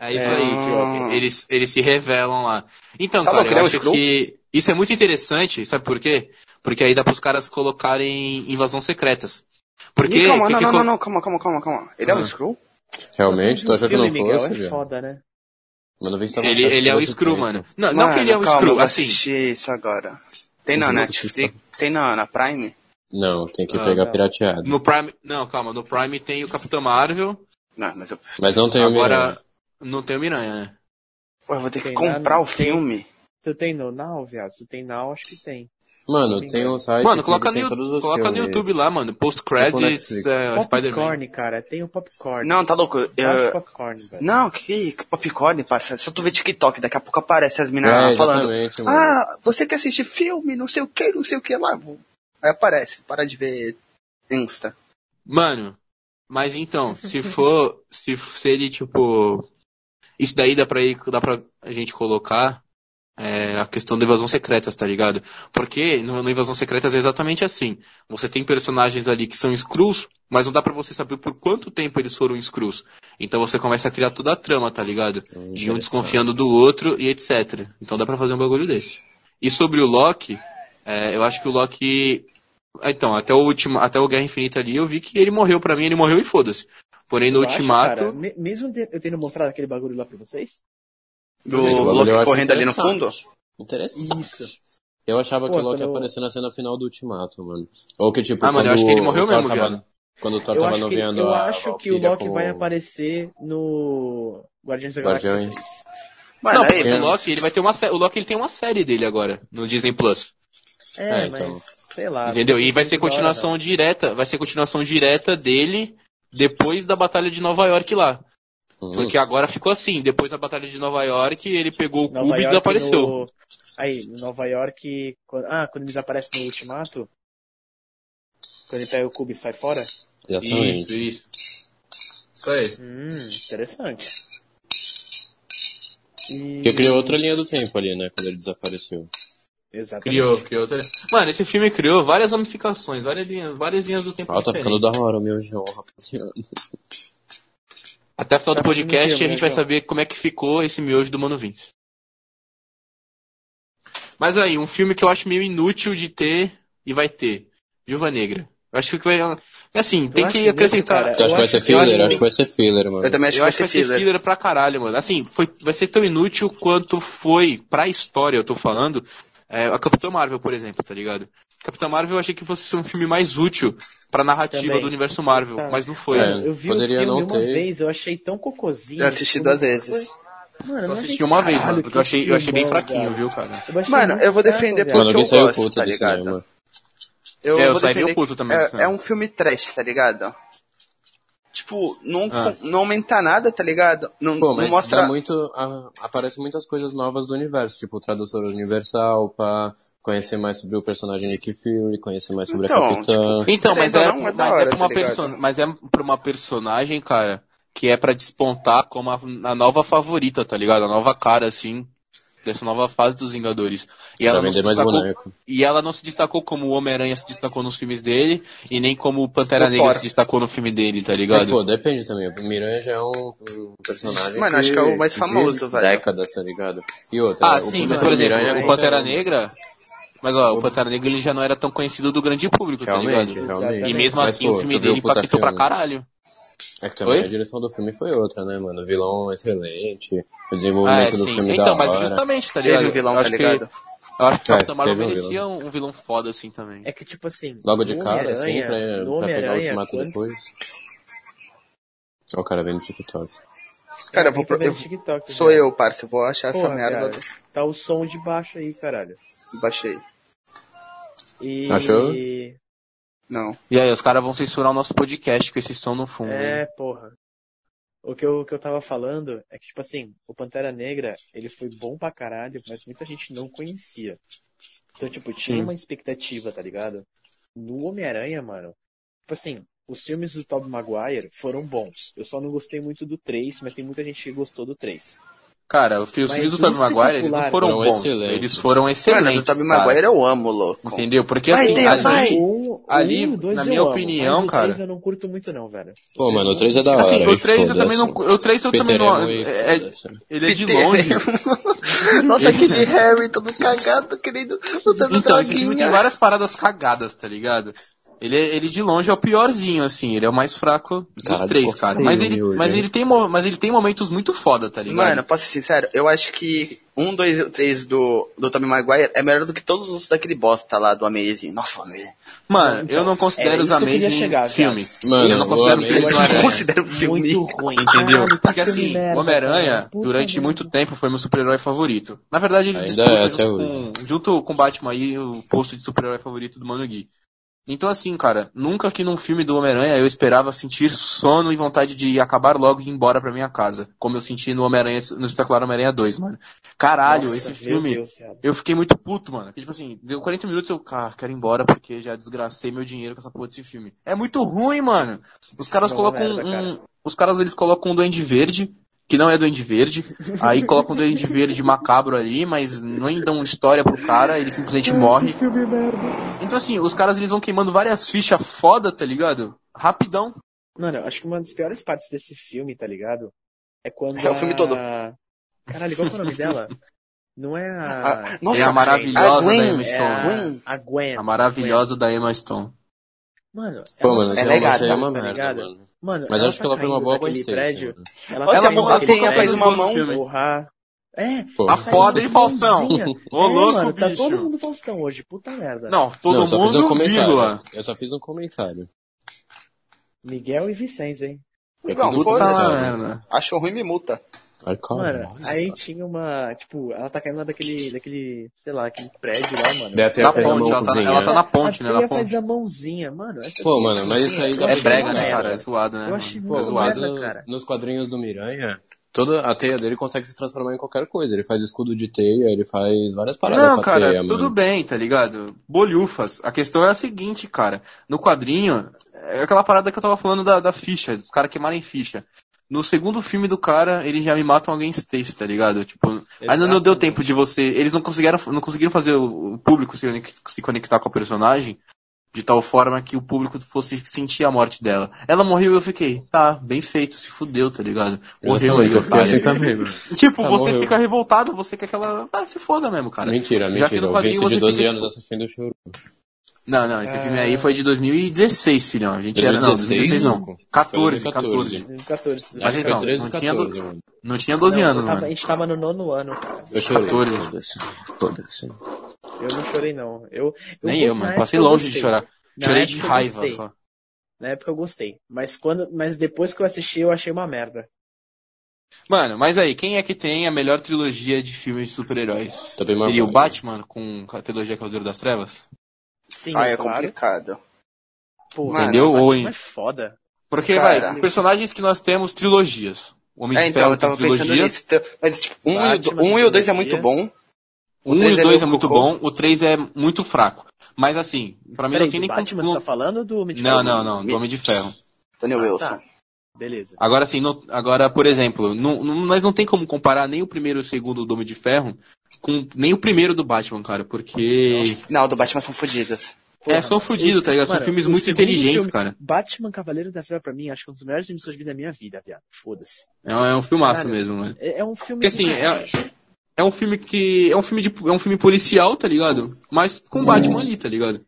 D: É isso
C: É,
D: aí,
B: ah.
D: que eles, eles se revelam lá. Então,
B: Tá
D: cara,
B: louco,
D: eu
B: ele é um
D: acho
B: Skrull?
D: que isso é muito interessante, sabe por quê? Porque aí dá pros caras colocarem invasão secretas. Porque,
B: Ih, calma, não,
D: porque
B: não,
D: co-
B: não, não, calma, calma, calma, calma. Ele é um
D: Ah.
B: Skrull?
A: Realmente? Tu achou que
C: Filme,
A: não
C: Miguel,
A: fosse,
C: é
A: viu?
C: foda, né?
A: Mano, vem só
D: ele, ele é o Screw, mano. Não, não que ele é um
B: calma, eu
D: Screw,
B: vou
D: assim.
B: assistir isso agora. Tem na
A: Nossa,
D: tá.
B: Netflix? Tem na, na Prime?
A: Não, tem que
D: Ah,
A: pegar
C: não.
A: pirateado.
D: No Prime. Não, calma, no Prime tem o Capitão Marvel,
B: Não, mas eu,
A: Mas não tem o Miranha.
D: agora não tem o Miranha, né?
B: Pô, eu vou ter que
C: Tem
B: comprar
C: na-
B: o
C: tem-
B: filme.
C: Tu tem no Now, viado? Tu tem Now, acho que tem.
A: Mano, tem um site
D: Mano,
A: que
D: coloca,
A: tem
D: no,
A: todos os
D: coloca no
A: filmes.
D: YouTube lá, mano. Post
A: Netflix.
D: credits, é, Spider-Man. é,
C: Popcorn, cara, tem o Popcorn.
B: Não, tá louco? eu-
C: Baixa o Popcorn, velho.
B: Não, que que popcorn, parça. Só tu vê TikTok, daqui a pouco aparece as
A: É,
B: minas falando.
A: exatamente, mano.
B: Ah, você quer assistir filme, não sei o que, não sei o que lá. Aí aparece, para de ver Insta.
D: Mano, mas então, se for, se, se ele, tipo, isso daí dá pra, ir, dá pra a gente colocar é, a questão da invasão secretas, tá ligado? Porque no, no invasão secretas é exatamente assim. Você tem personagens ali que são screws, mas não dá pra você saber por quanto tempo eles foram screws. Então você começa a criar toda a trama, tá ligado?
A: Hum,
D: De um
A: interessante.
D: desconfiando do outro e etc. Então dá pra fazer um bagulho desse. E sobre o Loki, é, eu acho que o Loki. Ah, Então, até o último, até o Guerra Infinita ali, eu vi que ele morreu pra mim, ele morreu e foda-se. Porém, no
C: Eu acho,
D: ultimato.
C: cara, me- mesmo te- eu tendo mostrado aquele bagulho lá pra vocês,
B: Do
D: Esse
A: bagulho eu
B: Loki
A: acho
B: correndo ali no fundo.
A: interessante. Interessante. Eu achava
C: Pô,
A: que o Loki
C: quando
A: ia
C: eu-
A: aparecer na cena final do Ultimato, mano. Ou que, tipo,
D: Ah, mano, eu
A: quando
D: acho que ele
A: o-
D: morreu
A: o Thor
D: mesmo,
A: tava-
D: viado.
A: Quando
D: tá
A: o Thor
C: eu
A: tava
C: acho, que,
A: nomeando
C: eu
A: a
C: acho que o
A: Valkyria
C: Loki
A: como-
C: vai aparecer no Guardiões da Galáxia
A: Guardiões.
C: 3.
B: Mano,
D: não,
B: aí,
D: porque
A: é.
D: o Loki, ele vai ter uma sé- o Loki ele tem uma série dele agora no Disney Plus,
C: É,
A: É, então.
C: mas sei lá.
D: entendeu?
C: não
D: E vai
C: sei
D: ser
C: se Ah, da hora, né?
D: continuação direta, vai ser continuação direta dele depois da batalha de Nova York lá,
A: Hum,
D: porque agora ficou assim, depois da batalha de Nova York ele pegou o
C: não.
D: cubo
C: Nova
D: e
C: York
D: desapareceu.
C: no- Aí, Nova York. quando- Ah, quando eles aparecem no Ultimato. Quando ele pega o cubo e sai fora.
A: Exatamente.
D: Isso, isso. Isso aí.
C: Hum, interessante. E...
A: Porque criou outra linha do tempo ali, né? Quando ele desapareceu.
C: Exatamente.
D: Criou, criou. outra- Mano, esse filme criou várias ramificações, várias linhas, várias linhas do tempo
A: Ah, tá ficando
D: diferentes.
A: da hora o meu João, rapaziada.
D: Até o final
C: Tá ficando
D: do podcast
C: inteiro,
D: a gente vai
C: né,
D: saber como é que ficou esse miojo do Mano Vince. Mas aí, um filme que eu acho meio inútil de ter e vai ter. Viúva Negra. Eu acho que vai. Assim, tem
C: acha
D: que
C: inútil,
D: acrescentar.
C: cara?
A: Tu
C: Eu
A: acha que vai
C: acho-
A: ser
C: eu
A: filler?
D: acho-
A: Acho que vai ser filler, mano.
B: eu também acho que
D: Eu
B: vai
D: acho
B: ser
D: que vai ser
B: filler.
D: filler pra caralho, mano. Assim, foi, vai ser tão inútil quanto foi pra história, eu tô falando. É, a Capitã Marvel, por exemplo, tá ligado? Capitã Marvel eu achei que fosse ser um filme mais útil pra narrativa
C: Também.
D: do universo Marvel,
C: Tá.
D: mas não foi.
C: Mano,
A: É,
C: eu vi
A: poderia
C: o filme
A: não
C: uma
A: ter.
C: vez, eu achei tão cocôzinho.
B: Já assisti
C: Como-
B: duas vezes.
C: Mano,
D: Eu
C: não
D: assisti
C: achei-
D: uma vez,
C: é Caralho,
D: mano, porque eu
C: que
D: achei, eu achei bem
C: filmão,
D: fraquinho,
C: cara.
D: viu, cara?
C: Eu achei
B: Mano,
C: muito
B: eu vou
C: fraco,
B: defender
C: velho.
A: Mano, alguém
B: eu
A: saiu
B: gosto,
A: puto
B: tá
A: do
B: ligado?
A: cinema.
D: É, eu
B: vou
D: saí meio
B: defender-
D: puto também,
B: É,
D: cara.
B: é um filme trash, tá ligado? Tipo, não,
D: Ah.
B: não aumenta nada, tá ligado? Não,
A: Pô,
B: não
A: mas
B: mostra.
A: dá muito. a- aparece muitas coisas novas do universo, tipo tradutora universal, pra conhecer mais sobre o personagem Nick Fury, conhecer mais sobre
B: Então,
A: a Capitã.
D: Então, mas
B: Querendo
D: é,
B: ou não, é da
D: mas,
B: hora,
D: é pra uma
B: tá ligado?
D: perso- mas é pra uma personagem, cara, que é pra despontar como a, a nova favorita, tá ligado? A nova cara, assim, dessa nova fase dos Vingadores. E ela,
A: pra
D: não se
A: vender mais
D: destacou,
A: boneco.
D: e ela não se destacou como o Homem-Aranha se destacou nos filmes dele, e nem como o Pantera
B: O
D: Negra
B: Thor.
D: se destacou no filme dele, tá
A: Mas,
D: ligado?
A: É, pô, depende também. O Miranha já é um, um personagem.
B: Mano, acho que é o mais
A: de
B: famoso, velho.
A: Décadas, tá ligado? E outra.
D: Ah,
A: o
D: sim,
A: poder
D: mas
A: do
D: por exemplo,
A: Miranha é
D: o
A: muito-
D: Pantera Negra. Mas ó, o Pantera Negra ele já não era tão conhecido do grande público, tá
A: Realmente,
D: ligado?
A: realmente.
D: E mesmo
A: Mas,
D: assim
A: pô,
D: o filme
A: tu viu
D: dele
A: o puta
D: impactou pra
A: filme.
D: caralho.
A: É que também
D: Oi?
A: a direção do filme foi outra, né, mano? O vilão excelente, o
D: Ah, é,
A: desenvolvimento do
D: sim.
A: filme
D: Então,
A: da
D: mas
A: hora.
D: justamente, tá ligado?
B: Teve um vilão,
D: eu
B: tá
D: acho que,
B: ligado?
D: eu acho que o
A: É,
D: Capitão Marvel
A: teve um
D: merecia um, um vilão foda assim também.
C: É que, tipo assim.
A: Logo de
C: no
A: cara, assim,
C: Homem-Aranha-
A: pra,
C: no
A: pra pegar o
C: Homem-Aranha,
A: ultimato
C: quando-
A: depois. Ó, o cara vem no TikTok.
B: Cara, eu
C: Alguém
B: vou
C: tá
B: pro- eu
C: vendo
B: vou-
C: TikTok,
B: Sou
C: velho.
B: eu, parça. Vou achar essa
C: Porra,
B: merda.
C: cara, tá o som de baixo aí, caralho.
B: Baixei.
C: E.
A: Achou?
B: Não.
D: E aí, os caras vão censurar o nosso podcast com esse som no fundo.
C: É,
D: hein?
C: porra. O que, eu, o que eu tava falando é que, tipo assim, o Pantera Negra, ele foi bom pra caralho, mas muita gente não conhecia. Então, tipo, tinha
D: Sim.
C: uma expectativa, tá ligado? No Homem-Aranha, mano, tipo assim, os filmes do Tobey Maguire foram bons. Eu só não gostei muito do 3, mas tem muita gente que gostou do 3.
D: Cara, os
C: Mas
D: filmes do
C: o
D: Tobey Maguire, eles não
C: espetacular-
D: foram,
A: Foram
D: bons.
A: excelentes.
D: Eles foram excelentes.
B: é Mano, do Tobey
D: cara.
B: Maguire é eu amo, louco.
D: Entendeu? Porque
B: Vai,
D: assim,
B: Theo,
D: ali,
B: vai!
C: O um, o
D: ali,
C: um e o dois
D: na
C: eu
D: minha
C: amo,
D: opinião,
C: mas o
D: cara-
C: três eu não curto muito não, velho.
A: Pô, mano, o 3 é da hora.
D: assim,
A: aí
D: o 3 eu também não.
A: foda-se.
D: O 3 eu também
A: Peter
D: não.
A: Emo e
D: é- é-
A: foda-se.
D: ele é de
B: Peter
D: longe.
B: Nossa, aquele Harry todo cagado, querido. Usando
D: Então, esse filme tem
B: droguinha.
D: várias paradas cagadas, tá ligado? Ele, é- ele de longe é o piorzinho, assim, ele é o mais fraco dos
A: Caralho,
D: três,
A: ficou
D: cara.
A: feio
D: Mas ele,
A: hoje,
D: mas,
A: hein?
D: ele tem, mo- mas ele tem momentos muito foda, tá ligado?
B: Mano, posso ser sincero? Eu acho que um, dois e três do, do Tommy Maguire é melhor do que todos os outros daquele bosta lá do Amazing. Nossa, o Amazing.
D: Mano,
C: Então,
D: eu não considero
C: era
D: os
C: isso que eu queria
D: Amazing
C: chegar, viado.
D: filmes.
A: Mano,
D: eu não
A: o
D: considero os
A: Amazing
D: filmes do
A: eu
B: Eu
D: Homem-Aranha.
B: considero um filme.
C: Muito ruim.
D: Entendeu?
C: Caralho, que
D: Porque
C: filme
D: assim,
C: merda,
D: o Homem-Aranha,
C: cara. Puta
D: durante muito
C: merda.
D: tempo, foi meu super-herói favorito. Na verdade, ele
A: Ainda
D: disputa
A: é, até
D: junto,
A: hoje.
D: com, junto com Batman aí o posto de super-herói favorito do Mano Gui. Então assim, cara, nunca que num filme do Homem-Aranha eu esperava sentir sono e vontade de acabar logo e ir embora pra minha casa. Como eu senti no Homem-Aranha, no espetacular Homem-Aranha 2, mano. Caralho,
C: Nossa,
D: esse
C: meu
D: filme,
C: Deus, viado.
D: eu fiquei muito puto, mano. Porque, tipo assim, deu 40 minutos eu, cara, quero ir embora porque já desgracei meu dinheiro com essa porra desse filme. É muito ruim, mano. Os caras
C: Não,
D: colocam
C: é merda,
D: um.
C: cara.
D: Os caras eles colocam um duende verde, que não é duende verde. Aí colocam um duende verde macabro ali, mas nem dão história pro cara, ele simplesmente morre.
C: filme merda.
D: Então, assim, os caras eles vão queimando várias fichas foda, tá ligado? Rapidão.
C: Mano, eu acho que uma das piores partes desse filme, tá ligado? É quando.
B: É o filme
C: a-
B: todo.
C: Caralho, qual que é o nome dela? Não é a.
B: Ah, nossa,
D: é a então, maravilhosa
B: a
D: da
B: Gwen.
D: Emma
C: é
D: Stone.
C: a...
B: Gwen.
C: a Gwen.
D: A maravilhosa da Emma Stone.
C: Mano,
A: Pô,
C: ela
A: mano,
C: tá
A: esse
B: Ela é
A: romance aí
B: gata,
A: é
C: caindo,
A: uma
C: tá
A: merda,
C: ligado?
A: mano.
C: Mano,
A: Mas
C: ela
A: acho
C: tá
A: que ela foi uma
C: caindo
A: boa
C: daquele
A: Gwen Stacy,
C: prédio.
A: mano.
C: Ela
B: Olha,
C: tá
D: Ela,
B: a
C: caindo
B: pouca
D: ela
C: daquele
B: pouquinho
D: pouca
B: faz
D: faz
C: prédio.
B: uma
D: uma
B: mão.
D: mão. Filme.
C: Porra. É,
A: Pô.
D: A
C: saindo
D: foda, hein, Faustão?
C: bonzinha.
D: Ô,
C: é,
D: louco,
C: mano, tá
D: bicho.
C: todo mundo Faustão hoje, puta merda.
D: Não, todo
A: Não, eu só fiz um
D: mundo,
A: comentário.
D: vírgula.
A: Eu só fiz um comentário.
C: Miguel e Vicenza, hein?
A: Eu
B: Não,
A: fiz um
D: Puta lá,
A: comentário.
D: merda.
B: Achou ruim, me multa.
A: Ai, cara.
C: Mano, aí tinha uma. Tipo, ela tá caindo lá daquele. daquele. sei lá, aquele prédio lá, mano.
A: Daí até
D: Na
A: fez a
D: ponte, ela tá,
A: mãozinha.
D: ela tá na ponte,
C: a
D: né? Na
C: teia faz
D: ponte.
C: a mãozinha, mano. essa
A: Pô,
C: teia
A: mano, mas isso
C: mãozinha,
A: aí
C: eu
A: dá
D: É
C: achei
A: pra
D: brega,
C: uma
D: né,
A: zoar,
D: cara? É
C: merda.
D: zoado, né?
C: Eu
D: mano?
C: achei
A: Pô,
D: É
C: muito
A: mas
D: zoado.
C: merda,
A: no-
C: cara.
A: nos quadrinhos do Miranha, toda a teia dele consegue se transformar em qualquer coisa. Ele faz escudo de teia, ele faz várias paradas
D: Não,
A: com a
D: cara,
A: teia,
D: tudo
A: mano.
D: bem, tá ligado? Bolhufas. A questão é a seguinte, cara. No quadrinho, é aquela parada que eu tava falando da, da ficha, dos caras queimarem ficha. No segundo filme do cara, eles já me matam alguém Stacy, tá ligado? Tipo, ainda não deu
C: Exatamente.
D: tempo de você. Eles não conseguiram, não conseguiram fazer o o público se, conec- se conectar com a personagem de tal forma que o público fosse sentir a morte dela. Ela morreu e eu fiquei, tá, bem feito, se fudeu, tá ligado? Morreu aí,
A: Exatamente, eu fiquei
D: otário.
A: assim também, mano.
D: Tipo,
A: Tá,
D: você
A: morreu.
D: fica revoltado, você quer que ela ah, se foda mesmo, cara.
A: Mentira,
D: Já que
A: mentira.
D: no
A: Eu vi
D: quadrinho
A: isso de
D: você
A: 12
D: fica,
A: anos
D: tipo...
A: assistindo o choro.
D: Não, não,
C: É.
D: esse filme aí foi de 2016, filhão. A gente era... Não,
A: 2016,
D: 2016 não.
A: louco.
D: 14,
A: 2014.
D: 14.
C: 2014.
A: Acho
D: Mas
A: que foi
D: então,
A: 13 ou
D: não tinha,
A: 14,
D: do...
A: mano.
D: não tinha 12
C: Não, eu
D: anos,
C: tava-
D: mano.
C: A gente tava no nono ano, cara.
A: Eu chorei.
D: 14.
A: Foda-se. Foda-se.
C: Eu não chorei, não. Eu,
D: Nem eu, mano.
C: na
D: Passei
C: época eu
D: longe de
C: gostei.
D: chorar.
C: Na
D: Chorei de
C: época eu
D: raiva
C: gostei.
D: só.
C: Na época eu gostei. Mas quando. Mas depois que eu assisti, eu achei uma merda.
D: Mano, mas aí, quem é que tem a melhor trilogia de filmes de super-heróis?
A: Tobey
D: Seria o
A: Maguire.
D: Batman com a trilogia Cavaleiro das Trevas?
C: Sim,
B: Ah, é
C: claro.
B: complicado.
C: Pô,
D: Entendeu?
C: Batman
D: Ou em-
C: é foda.
D: Porque,
B: Cara.
D: vai, personagens que nós temos trilogias. O Homem
B: É,
D: de
B: então,
D: Ferro
B: eu tava
D: tem
B: pensando
D: trilogia,
B: nisso. Então, Mas, tipo, um, e o do-
C: Batman,
B: um e o dois é muito
C: trilogia.
B: bom.
D: o 1
B: três
D: e o
B: é
D: 2 é
B: meio
D: muito
B: cocô.
D: bom, o 3 é muito fraco. Mas assim, pra mim
C: Peraí,
D: não tem
C: do
D: nem como-
C: Batman você tá falando ou do Homem de
D: Não,
C: Ferro?
D: não, não, do
B: Me-
D: Homem de Ferro.
B: Daniel
C: Ah,
B: Wilson.
C: tá. Beleza.
D: Agora sim, não- agora, por exemplo, não, não- nós não tem como comparar nem o primeiro e o segundo do Homem de Ferro com nem o primeiro do Batman, cara, porque
B: Não, do Batman são fodidas.
D: é, são fodidos, tá ligado? São
C: Mano,
D: filmes
C: o
D: muito
C: segundo
D: inteligentes,
C: filme-
D: cara.
C: Batman Cavaleiro das Trevas, pra mim, acho que é um dos melhores filmes que eu já vi da minha vida, viado. Foda-se.
D: É, um- é um filmaço
C: Caralho.
D: mesmo, mano.
C: É, é um filme.
D: Porque assim, é, é um filme que. É um filme, de, é um filme policial, tá ligado? Mas com Batman ali, tá ligado?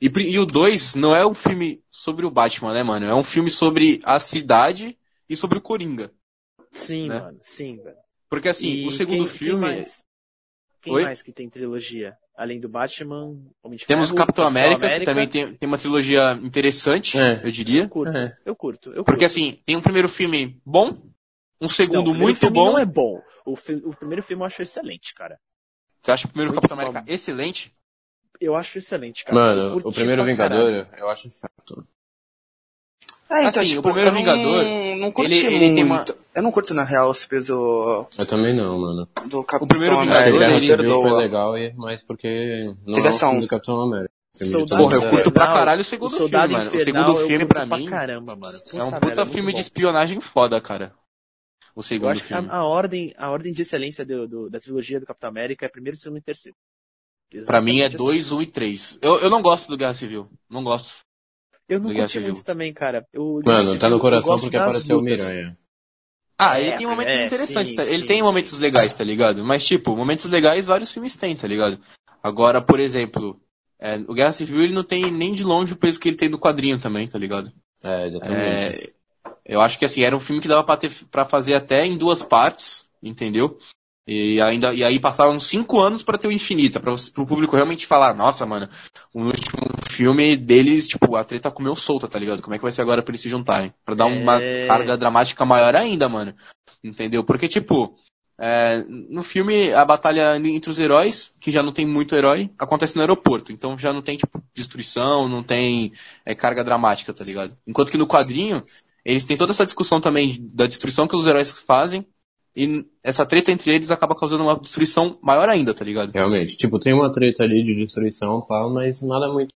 D: E, pri- e o 2 não é um filme sobre o Batman, né, mano? É um filme sobre a cidade e sobre o Coringa.
C: Sim,
D: né?
C: mano. Sim, velho.
D: Porque assim,
C: E
D: o segundo
C: quem-
D: filme.
C: Quem, mais, Quem
D: Oi?
C: mais que tem trilogia? Além do Batman, Homem de
D: Temos o
C: Ferro,
D: Capitão América, que também tem, tem uma trilogia interessante,
A: É.
D: eu diria.
C: Eu curto,
A: É.
C: eu curto, eu curto.
D: Porque assim, tem um primeiro filme bom, um
C: Não, o
D: segundo
C: primeiro
D: muito
C: filme
D: bom.
C: Não é bom. O, fi- o primeiro filme eu acho excelente, cara.
D: Você acha o primeiro
C: Muito
D: Capitão
C: bom.
D: América excelente?
C: Eu acho excelente, cara. Eu
A: Mano,
C: curti
A: o primeiro
C: pra
A: Vingador,
C: caralho.
A: eu acho chato.
B: É,
D: Assim, o primeiro
B: eu não-
D: Vingador,
B: não curti
D: ele- ele tem
B: muito. Eu não curto, na real, os peso
A: Eu também não, mano.
B: do Capitão
D: primeiro
A: Eu acho que
D: Vingador,
B: América. é
A: Guerra
D: ele-
A: Civil foi
B: perdoa.
A: legal, e- mas porque não
B: Teve
A: é o
B: ação.
A: filme do Capitão América. Filme de
C: Soldado
A: todo
D: Porra, eu
A: mundo.
D: curto pra
C: Infernal,
D: caralho o segundo filme,
C: Soldado
D: mano. O
C: Infernal
D: segundo
C: eu
D: filme,
C: curto
D: pra mim,
C: caramba, mano.
D: É um
C: Puta
D: puta
C: merda, muito
D: filme de
C: bom.
D: espionagem foda, cara. O
C: Eu
D: segundo
C: acho que a,
D: filme.
C: a ordem, a ordem de excelência do- do- da trilogia do Capitão América é primeiro, segundo e terceiro.
D: Pra mim
C: Exatamente
D: é
C: assim.
D: 2, 1 um e 3. Eu, eu não gosto do Guerra Civil. Não gosto.
C: Eu não
D: Guerra
C: curti
D: Civil.
C: muito também, cara. Eu,
A: Mano, tá no
C: eu
A: coração
C: gosto
A: porque
C: das
A: apareceu o
C: lutas.
A: Miranha.
D: Ah,
C: É,
D: ele tem momentos
C: é,
D: interessantes,
C: sim,
D: tá? Ele
C: sim,
D: tem
C: sim.
D: momentos legais, tá ligado? Mas, tipo, momentos legais vários filmes têm, tá ligado? Agora, por exemplo, é, o Guerra Civil ele não tem nem de longe o peso que ele tem no quadrinho também, tá ligado?
A: É, exatamente.
D: É, eu acho que assim, era um filme que dava pra, ter, pra fazer até em duas partes, entendeu? E, ainda, e aí passaram cinco anos pra ter o Infinita, pra, você- pro público realmente falar, nossa, mano, o último filme deles, tipo, a treta comeu solta, tá ligado? Como é que vai ser agora pra eles se juntarem? Pra dar uma
C: É.
D: carga dramática maior ainda, mano. Entendeu? Porque, tipo, é, no filme, a batalha entre os heróis, que já não tem muito herói, acontece no aeroporto. Então já não tem, tipo, destruição, não tem é, carga dramática, tá ligado? Enquanto que no quadrinho, eles têm toda essa discussão também da destruição que os heróis fazem, e essa treta entre eles acaba causando uma destruição maior ainda, tá ligado?
A: Realmente. Tipo, tem uma treta ali de destruição, pá, mas nada muito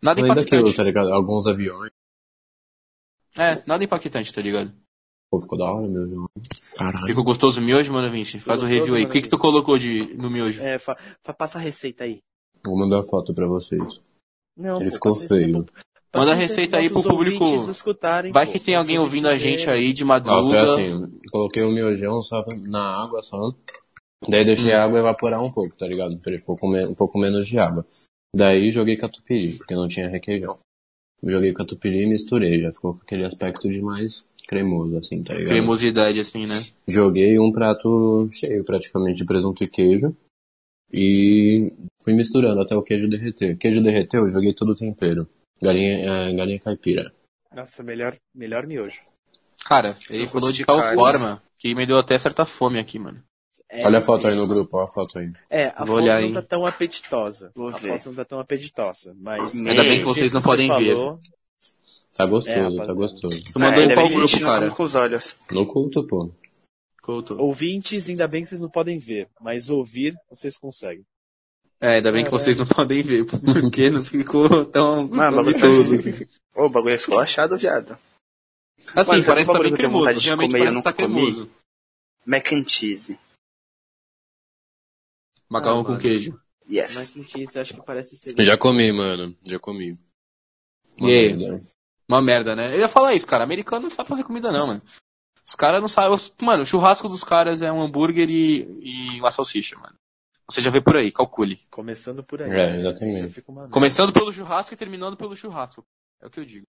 D: Nada
A: além daquilo,
D: impactante.
A: tá ligado? Alguns aviões.
D: É, nada impactante, tá ligado?
A: Pô, ficou da hora, meu irmão. Caralho.
D: Ficou gostoso o miojo, mano, Vinci? Faz o
C: gostoso,
D: review aí. O
C: mano,
D: que, que tu
C: Vinci?
D: colocou de, no miojo?
C: É, fa, fa- passa a receita aí.
A: Vou mandar a foto pra vocês.
C: Não,
A: Ele
C: pô,
A: ficou
C: passa a receita
A: feio.
C: pro- passa
D: Manda a
C: receita
D: receita
C: pros
D: aí pro
C: nossos
D: público.
C: ouvintes escutarem,
D: Vai
C: pô,
D: que tem
C: pros
D: alguém
C: ouvintes
D: ouvindo a gente
C: saberem.
D: aí de
A: Ó, foi
D: madruga.
A: assim, coloquei o miojão só na água só. Daí deixei
D: Hum.
A: a água evaporar um pouco, tá ligado? Pra ele ficou com me- um pouco menos de água. Daí joguei catupiry, porque não tinha requeijão. Joguei catupiry e misturei, já ficou com aquele aspecto de mais cremoso, assim, tá ligado?
D: cremosidade, assim, né?
A: Joguei um prato cheio, praticamente, de presunto e queijo. E fui misturando até o queijo derreter. Queijo derreteu, eu joguei todo o tempero. Galinha, eh, galinha caipira.
C: Nossa, melhor, melhor miojo.
D: Cara, ele
B: Eu
D: falou
B: curti
D: de tal
B: demais.
D: forma que me deu até certa fome aqui, mano.
C: É,
A: Olha a foto aí no grupo, olha a foto aí.
C: É, a
D: Vou
C: foto
D: olhar,
C: não
D: hein.
C: tá tão apetitosa.
B: Vou
C: a
B: ver.
C: foto não tá tão apetitosa, mas...
B: Ainda
C: pelo
B: bem que
C: jeito
D: vocês não
C: você
D: podem ver.
C: falou,
A: Tá
C: É,
A: gostoso, tá
C: rapaziada.
A: gostoso.
D: Tu mandou
B: é,
D: em
B: ainda
D: qual
B: bem que a gente
D: grupo,
B: não
D: cara?
B: come com os olhos.
A: No culto, pô.
D: Couto.
C: Ouvintes, ainda bem que vocês não podem ver, mas ouvir vocês conseguem.
D: É, ainda bem que vocês não podem ver, porque não ficou tão
B: Mano, o bagulho tá...
D: tudo.
B: Ô, o bagulho é esculachado, viado.
D: Assim,
B: Mano, sabe
D: parece
B: um
D: que tá
B: bagulho que eu
D: bem
B: tenho
D: cremoso.
B: vontade de
D: Realmente
B: comer e eu
D: parece que
B: não
D: tá
B: comi?
D: cremoso.
B: Mac and cheese.
D: Macarrão
C: Ah,
D: com
C: mano.
D: queijo.
B: Yes.
C: Mac and cheese, acho que parece ser...
A: Já comi, mano. Já comi. Uma
D: E aí?
A: merda.
D: Uma merda, né? Eu ia falar isso, cara. Americano não sabe fazer comida, não, mano. Os caras não sabem. os- Mano, o churrasco dos caras é um hambúrguer e, e uma salsicha, mano. Você já vê por aí, calcule.
C: Começando por aí.
A: É,
C: né?
A: exatamente.
C: Já fica uma merda.
D: Começando pelo churrasco e terminando pelo churrasco. É o que eu digo.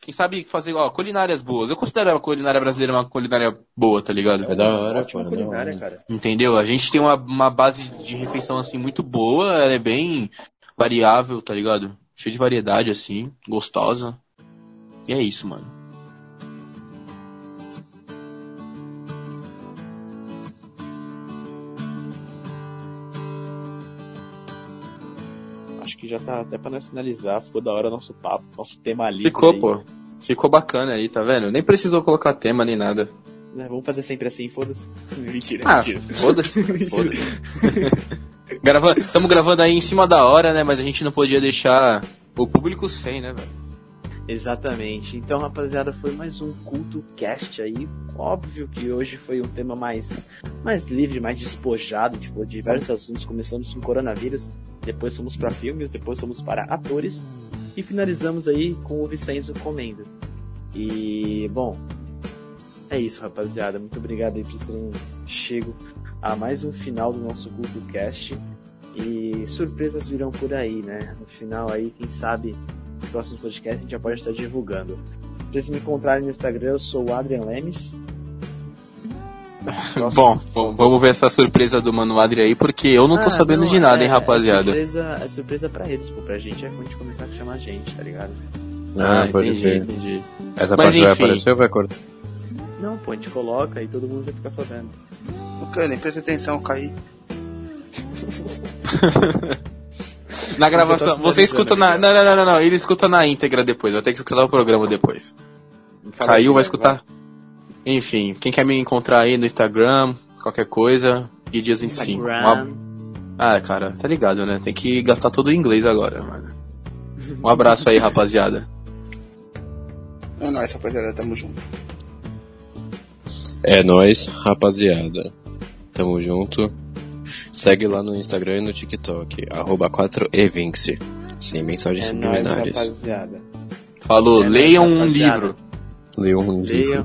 D: quem sabe fazer, ó, culinárias boas. Eu considero a culinária brasileira uma culinária boa, tá ligado?
A: É da hora,
C: Ótima
A: pô,
C: culinária,
A: não.
C: cara.
D: Entendeu? A gente tem uma, uma base de refeição assim muito boa, ela é bem variável, tá ligado? Cheia de variedade assim, gostosa. E é isso, mano.
C: Acho que já tá até pra nós finalizar. Ficou da hora o nosso papo, nosso tema ali.
D: Ficou, pô. Ficou bacana aí, tá vendo? Nem precisou colocar tema nem nada.
C: Vamos fazer sempre assim, foda-se. Mentira,
D: Ah,
C: mentira.
D: foda-se. foda-se. Grava... Tamo gravando aí em cima da hora, né? Mas a gente não podia deixar o público sem, né, velho?
C: Exatamente. Então, rapaziada, foi mais um culto cast aí. Óbvio que hoje foi um tema mais, mais livre, mais despojado, tipo, de diversos assuntos. Começamos com coronavírus, depois fomos para filmes, depois fomos para atores e finalizamos aí com o Vicenzo comendo. E bom, é isso, rapaziada. Muito obrigado aí por terem chego a mais um final do nosso culto cast. E surpresas virão por aí, né? No final aí, quem sabe nos próximos podcasts a gente já pode estar divulgando. Pra vocês me encontrarem no Instagram, eu sou o Adrian Lemes. Próximo-
D: Bom, bom, vamos ver essa surpresa do Mano Adri aí, porque eu não tô
C: Ah,
D: sabendo
C: não,
D: de nada,
C: é-
D: hein, rapaziada.
C: É surpresa, é surpresa pra eles, pô. Pra gente é quando a gente começar a chamar a gente, tá ligado?
A: Ah, pode
D: entendi,
A: ver.
D: entendi.
A: Essa
D: Mas
A: parte vai
D: enfim.
A: aparecer ou vai cortar?
C: Não, pô, a gente coloca e todo mundo vai ficar sabendo.
B: Porque eu nem prestei atenção, eu caí.
D: Na
C: Eu
D: gravação,
C: tô
D: você escuta na.
C: finalizando,
D: Não, não, não, não, não, ele escuta na íntegra depois, vai ter que escutar o programa depois.
C: Fala
D: Caiu,
C: aí,
D: vai escutar. Enfim, quem quer me encontrar aí no Instagram, qualquer coisa, Gui Dias 25. Uma...
C: Instagram.
D: Um Ah, cara, tá ligado, né? Tem que gastar todo o inglês agora, mano. Um abraço aí, rapaziada.
B: É nóis, rapaziada, tamo junto.
A: É nóis, rapaziada. Tamo junto. Segue lá no Instagram e no TikTok, arroba 4evince. Sem mensagens
C: É nóis,
A: subliminares.
C: rapaziada.
D: Falou,
C: É nóis,
D: leiam um
C: rapaziada.
D: livro.
A: Leiam um livro.
C: Leiam,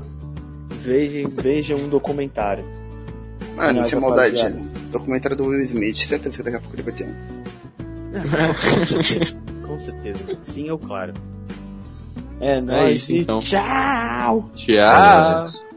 C: vejam, vejam um documentário.
D: É
B: Mano,
C: Nossa,
B: sem maldade. né?
C: rapaziada.
B: Documentário do Will Smith, certeza que daqui a pouco ele vai ter um.
C: Com certeza. Sim, eu claro. É nóis.
D: isso,
C: e
D: então.
C: Tchau!
A: É
D: Tchau.
C: Ah!
A: nóis.